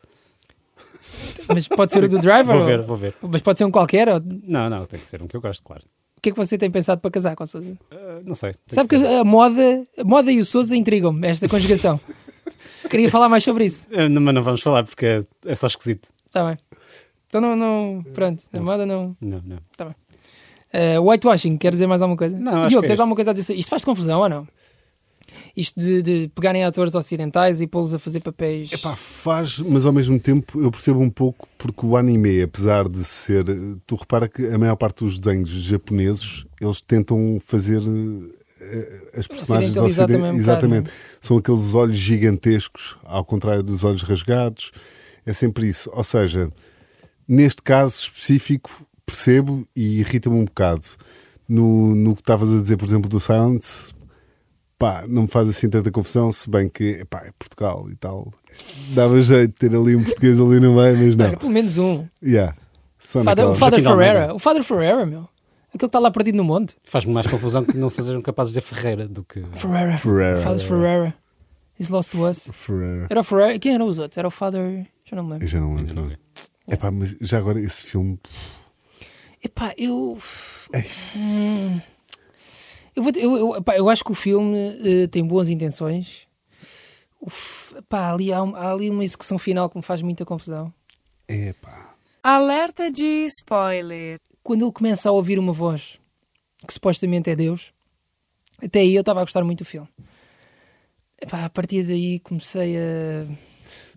Mas pode ser o do Driver?
Vou ver,
ou-
vou ver.
Mas pode ser um qualquer? ou- O
Não, não, tem que ser um que eu gosto, claro.
que é que você tem pensado para casaco, ou seja?
Ah, não sei. Tem
Sabe que a moda, a moda e o Souza intrigam-me, esta conjugação. Queria falar mais sobre isso.
Eh, não- Mas não vamos falar porque é, é só esquisito.
Está bem. Então não, não. Pronto, a moda não.
Não, não.
Está bem. Eh, whitewashing, quer dizer mais alguma coisa?
Não, acho
Diogo,
que é
tens
isto.
alguma coisa a dizer? sobre- Isto faz confusão ou não? Isto de, de pegarem atores ocidentais e pô-los a fazer papéis.
Epá, faz, mas ao mesmo tempo eu percebo um pouco porque o anime, apesar de ser. Tu repara que a maior parte dos desenhos japoneses eles tentam fazer eh, as personagens
Ocidentalizar
ociden-
também um
Exatamente.
bocado,
São aqueles olhos gigantescos, ao contrário dos olhos rasgados. É sempre isso. Ou seja, neste caso específico, percebo e irrita-me um bocado. No, no que estavas a dizer, por exemplo, do Silence, pá, não me faz assim tanta confusão, se bem que pá, é Portugal e tal. Dava jeito de ter ali um português ali no meio, mas
Era
não.
pelo menos um.
Yeah. Só
Fada-
naquela-
o Father
Joaquim Almeida.
Ferreira. O Father Ferreira, meu. Aquele que está lá perdido no monte.
Faz-me mais confusão que não sejam capazes de dizer Ferreira do que.
Ferreira.
Ferreira.
Father Ferreira. He's lost to us.
Ferreira.
Era o Ferreira. Quem eram os outros? Era o Father. Já não me
Eu
lembro.
já não lembro. É pá, mas já agora esse filme.
Epá, eu. Hum. Eu, vou, te- eu, eu, epá, eu acho que o filme eh, tem boas intenções. Uf, epá, ali há, um- há ali uma execução final que me faz muita confusão.
É pá.
Alerta de spoiler.
Quando ele começa a ouvir uma voz que supostamente é Deus, até aí eu estava a gostar muito do filme. Epá, a partir daí comecei a.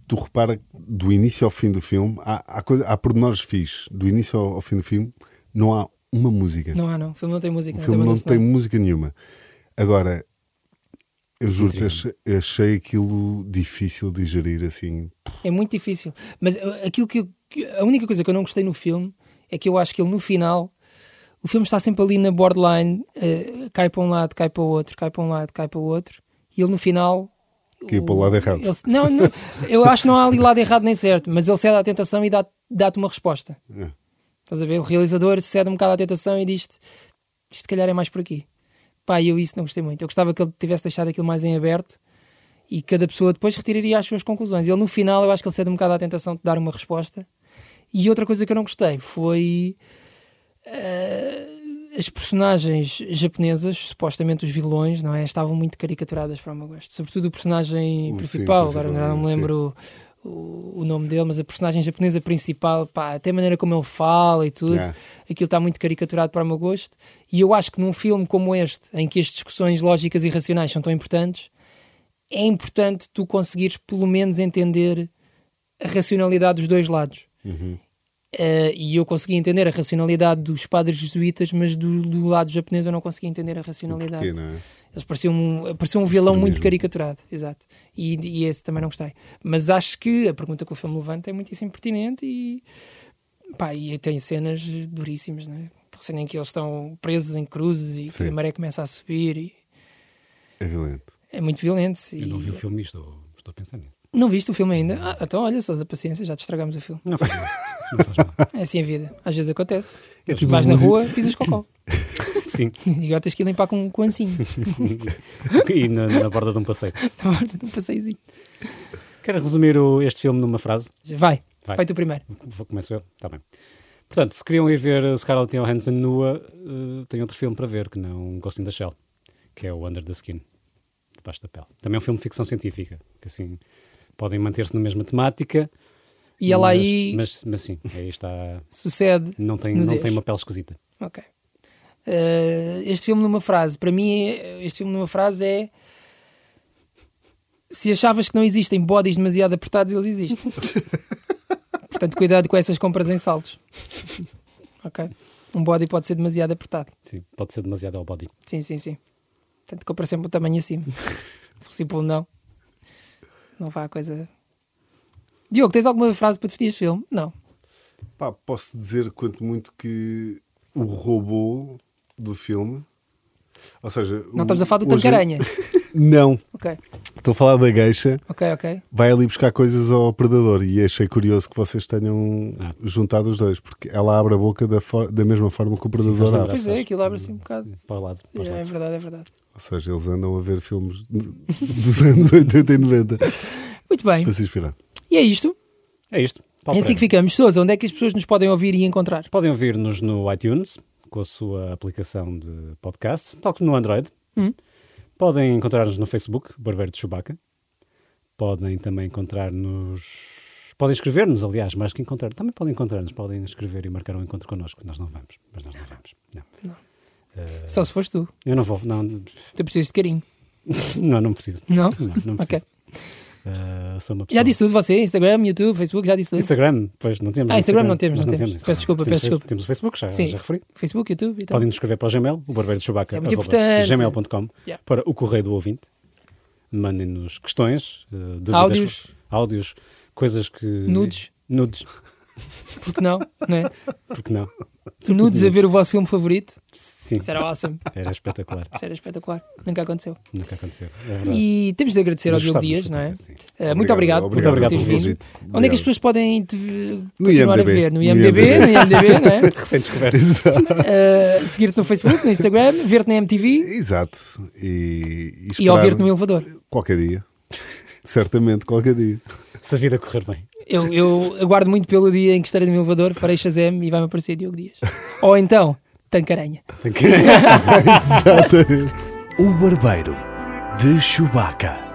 Tu repara que do início ao fim do filme, há, há, coisa, há pormenores fixe. Do início ao, ao fim do filme, não há uma música.
Não há, não. O filme não tem música.
O
não
filme
tem
não
banda
tem
sonora.
música nenhuma. Agora, eu juro-te, achei, achei aquilo difícil de gerir assim.
É muito difícil. Mas uh, aquilo que, eu- que- a única coisa que eu não gostei no filme é que eu acho que ele no final o filme está sempre ali na borderline, eh, cai para um lado, cai para o outro, cai para um lado, cai para o outro, e ele no final
Caiu para o lado errado.
ele se- não, não, eu acho que não há ali lado errado nem certo, mas ele cede à tentação e dá- dá-te uma resposta.
É.
Estás a ver? O realizador cede um bocado à tentação e diz-te isto se calhar é mais por aqui. Pá, eu isso não gostei muito. Eu gostava que ele tivesse deixado aquilo mais em aberto e cada pessoa depois retiraria as suas conclusões. Ele no final eu acho que ele cede um bocado à tentação de dar uma resposta. E outra coisa que eu não gostei foi eh, as personagens japonesas, supostamente os vilões, não é? Estavam muito caricaturadas para o meu gosto. Sobretudo o personagem
O- sim,
principal,
principal,
agora não me
sim.
lembro o, o nome dele, mas a personagem japonesa principal, pá, até a maneira como ele fala e tudo,
Yeah.
aquilo está muito caricaturado para o meu gosto. E eu acho que num filme como este, em que as discussões lógicas e racionais são tão importantes, é importante tu conseguires pelo menos entender a racionalidade dos dois lados.
Uhum.
Eh, e eu consegui entender a racionalidade dos padres jesuítas, mas do, do lado japonês eu não consegui entender a racionalidade.
Porquê, não é?
Eles pareciam um, pareciam um vilão muito
Extremismo.
caricaturado, exato. E, e esse também não gostei. Mas acho que a pergunta que o filme levanta é muitíssimo pertinente e, pá, e tem cenas duríssimas, não é? Tem cena em que eles estão presos em cruzes e que
Sim.
a maré começa a subir e
É violento.
é muito violento. E...
Eu não vi o filme e estou, estou a pensar nisso.
Não viste o filme ainda? Ah, então olha, só a paciência, já te estragamos o filme.
Não faz mal. Não faz mal.
É assim a vida, às vezes acontece.
É tipo
um
Vais na
música-
rua, pisas cocó.
Sim.
E agora tens que ir limpar com, com ancinho.
E na, na borda de um passeio.
Na borda de um passeiozinho.
Quero resumir o- este filme numa frase.
Vai, vai,
Vai.
tu primeiro.
Vou- Começo eu? Está bem. Portanto, se queriam ir ver a Scarlett Johansson nua, eh, tem outro filme para ver que não Ghost in the Shell, que é o Under the Skin, debaixo da pele. Também é um filme de ficção científica, que assim podem manter-se na mesma temática.
E ela
mas-
aí
Mas, mas sim, aí está.
sucede.
Não tem,
Nudez.
não tem uma pele esquisita.
Ok. Eh, este filme numa frase, para mim, eh, este filme numa frase é. Se achavas que não existem bodies demasiado apertados, eles existem. Portanto, cuidado com essas compras em saltos. Ok? Um body pode ser demasiado apertado.
Sim, pode ser demasiado ao body.
Sim, sim, sim. Portanto, compra sempre o tamanho acima. Possível assim. não. Não vá a coisa. Diogo, tens alguma frase para definir este filme? Não.
Pá, posso dizer quanto muito que o robô do filme. Ou seja,
Não estamos a falar do
tancaranha
Tancaranha.
Não,
Ok,
estou a falar da Geisha.
ok, ok.
vai ali buscar coisas ao predador e achei curioso que vocês tenham
Ah.
juntado os dois, porque ela abre a boca da, for- da mesma forma que o predador
faz lembrar.
abre.
Pois é, aquilo abre assim um bocado.
Para o lado. Para os
É, é
lados.
verdade, é verdade.
Ou seja, eles andam a ver filmes de- dos anos 80 e 90
Muito bem.
para se inspirar.
E é isto.
É isto. Paulo
É
Pereira.
assim que ficamos. Souza, onde é que as pessoas nos podem ouvir e encontrar?
Podem ouvir-nos no iTunes, com a sua aplicação de
Hum.
podcast, tal como no Android. Podem encontrar-nos no Facebook, Barbeiro de Chewbacca. Podem também encontrar-nos. Podem escrever-nos, aliás, mais que encontrar. Também podem encontrar-nos, podem escrever e marcar um encontro connosco. Nós não vamos, mas nós não vamos. Não. Eh,
Só se fores tu.
eu não vou, não,
Tu precisas de carinho.
não, não preciso.
Não?
não preciso.
Ok.
Eh, sou uma
Já
pessoa-
disse tudo você? Instagram, YouTube, Facebook, já disse tudo?
Instagram, pois não temos.
Ah, Instagram não temos,
Nós
não temos. Peço desculpa,
Temos
peço desculpa.
Facebook- Temos o Facebook, já,
Sim.
já referi.
Facebook, YouTube e tal.
Podem nos escrever para o Gmail, o barbeiro de Chewbacca,
Isso é muito
arroba
importante.
gmail.com,
Yeah.
para o correio do ouvinte. Mandem-nos questões, eh, dúvidas,
Áudios.
áudios, coisas que.
Nudes.
Nudes,
Porque não, não é?
porque não?
Nudes a ver o vosso filme favorito.
Sim,
Isso era awesome.
era espetacular.
Isso era espetacular. Nunca aconteceu.
Nunca aconteceu. É verdade.
E temos de agradecer ao
Mas
Diogo
gostávamos
Dias,
de
não é?
acontecer, sim.
Eh, muito obrigado,
Obrigado,
por
obrigado
teres
pelo
vindo.
convite.
Onde é que
Obrigado.
as pessoas podem te v-
No
continuar a
IMDb.
ver? No
No
IMDB, no IMDB, não é?
Recém-descoberto.
Eh, Seguir-te no Facebook, no Instagram, ver-te na MTV
Exato. E, e
e
esperar
ouvir-te no elevador.
Qualquer dia. Certamente, qualquer dia.
Se a vida correr bem.
Eu, eu aguardo muito pelo dia em que estarei no elevador, farei Shazam e vai-me aparecer Diogo Dias. Ou então, Tancaranha.
Tem que-
Exatamente.
O barbeiro de Chewbacca.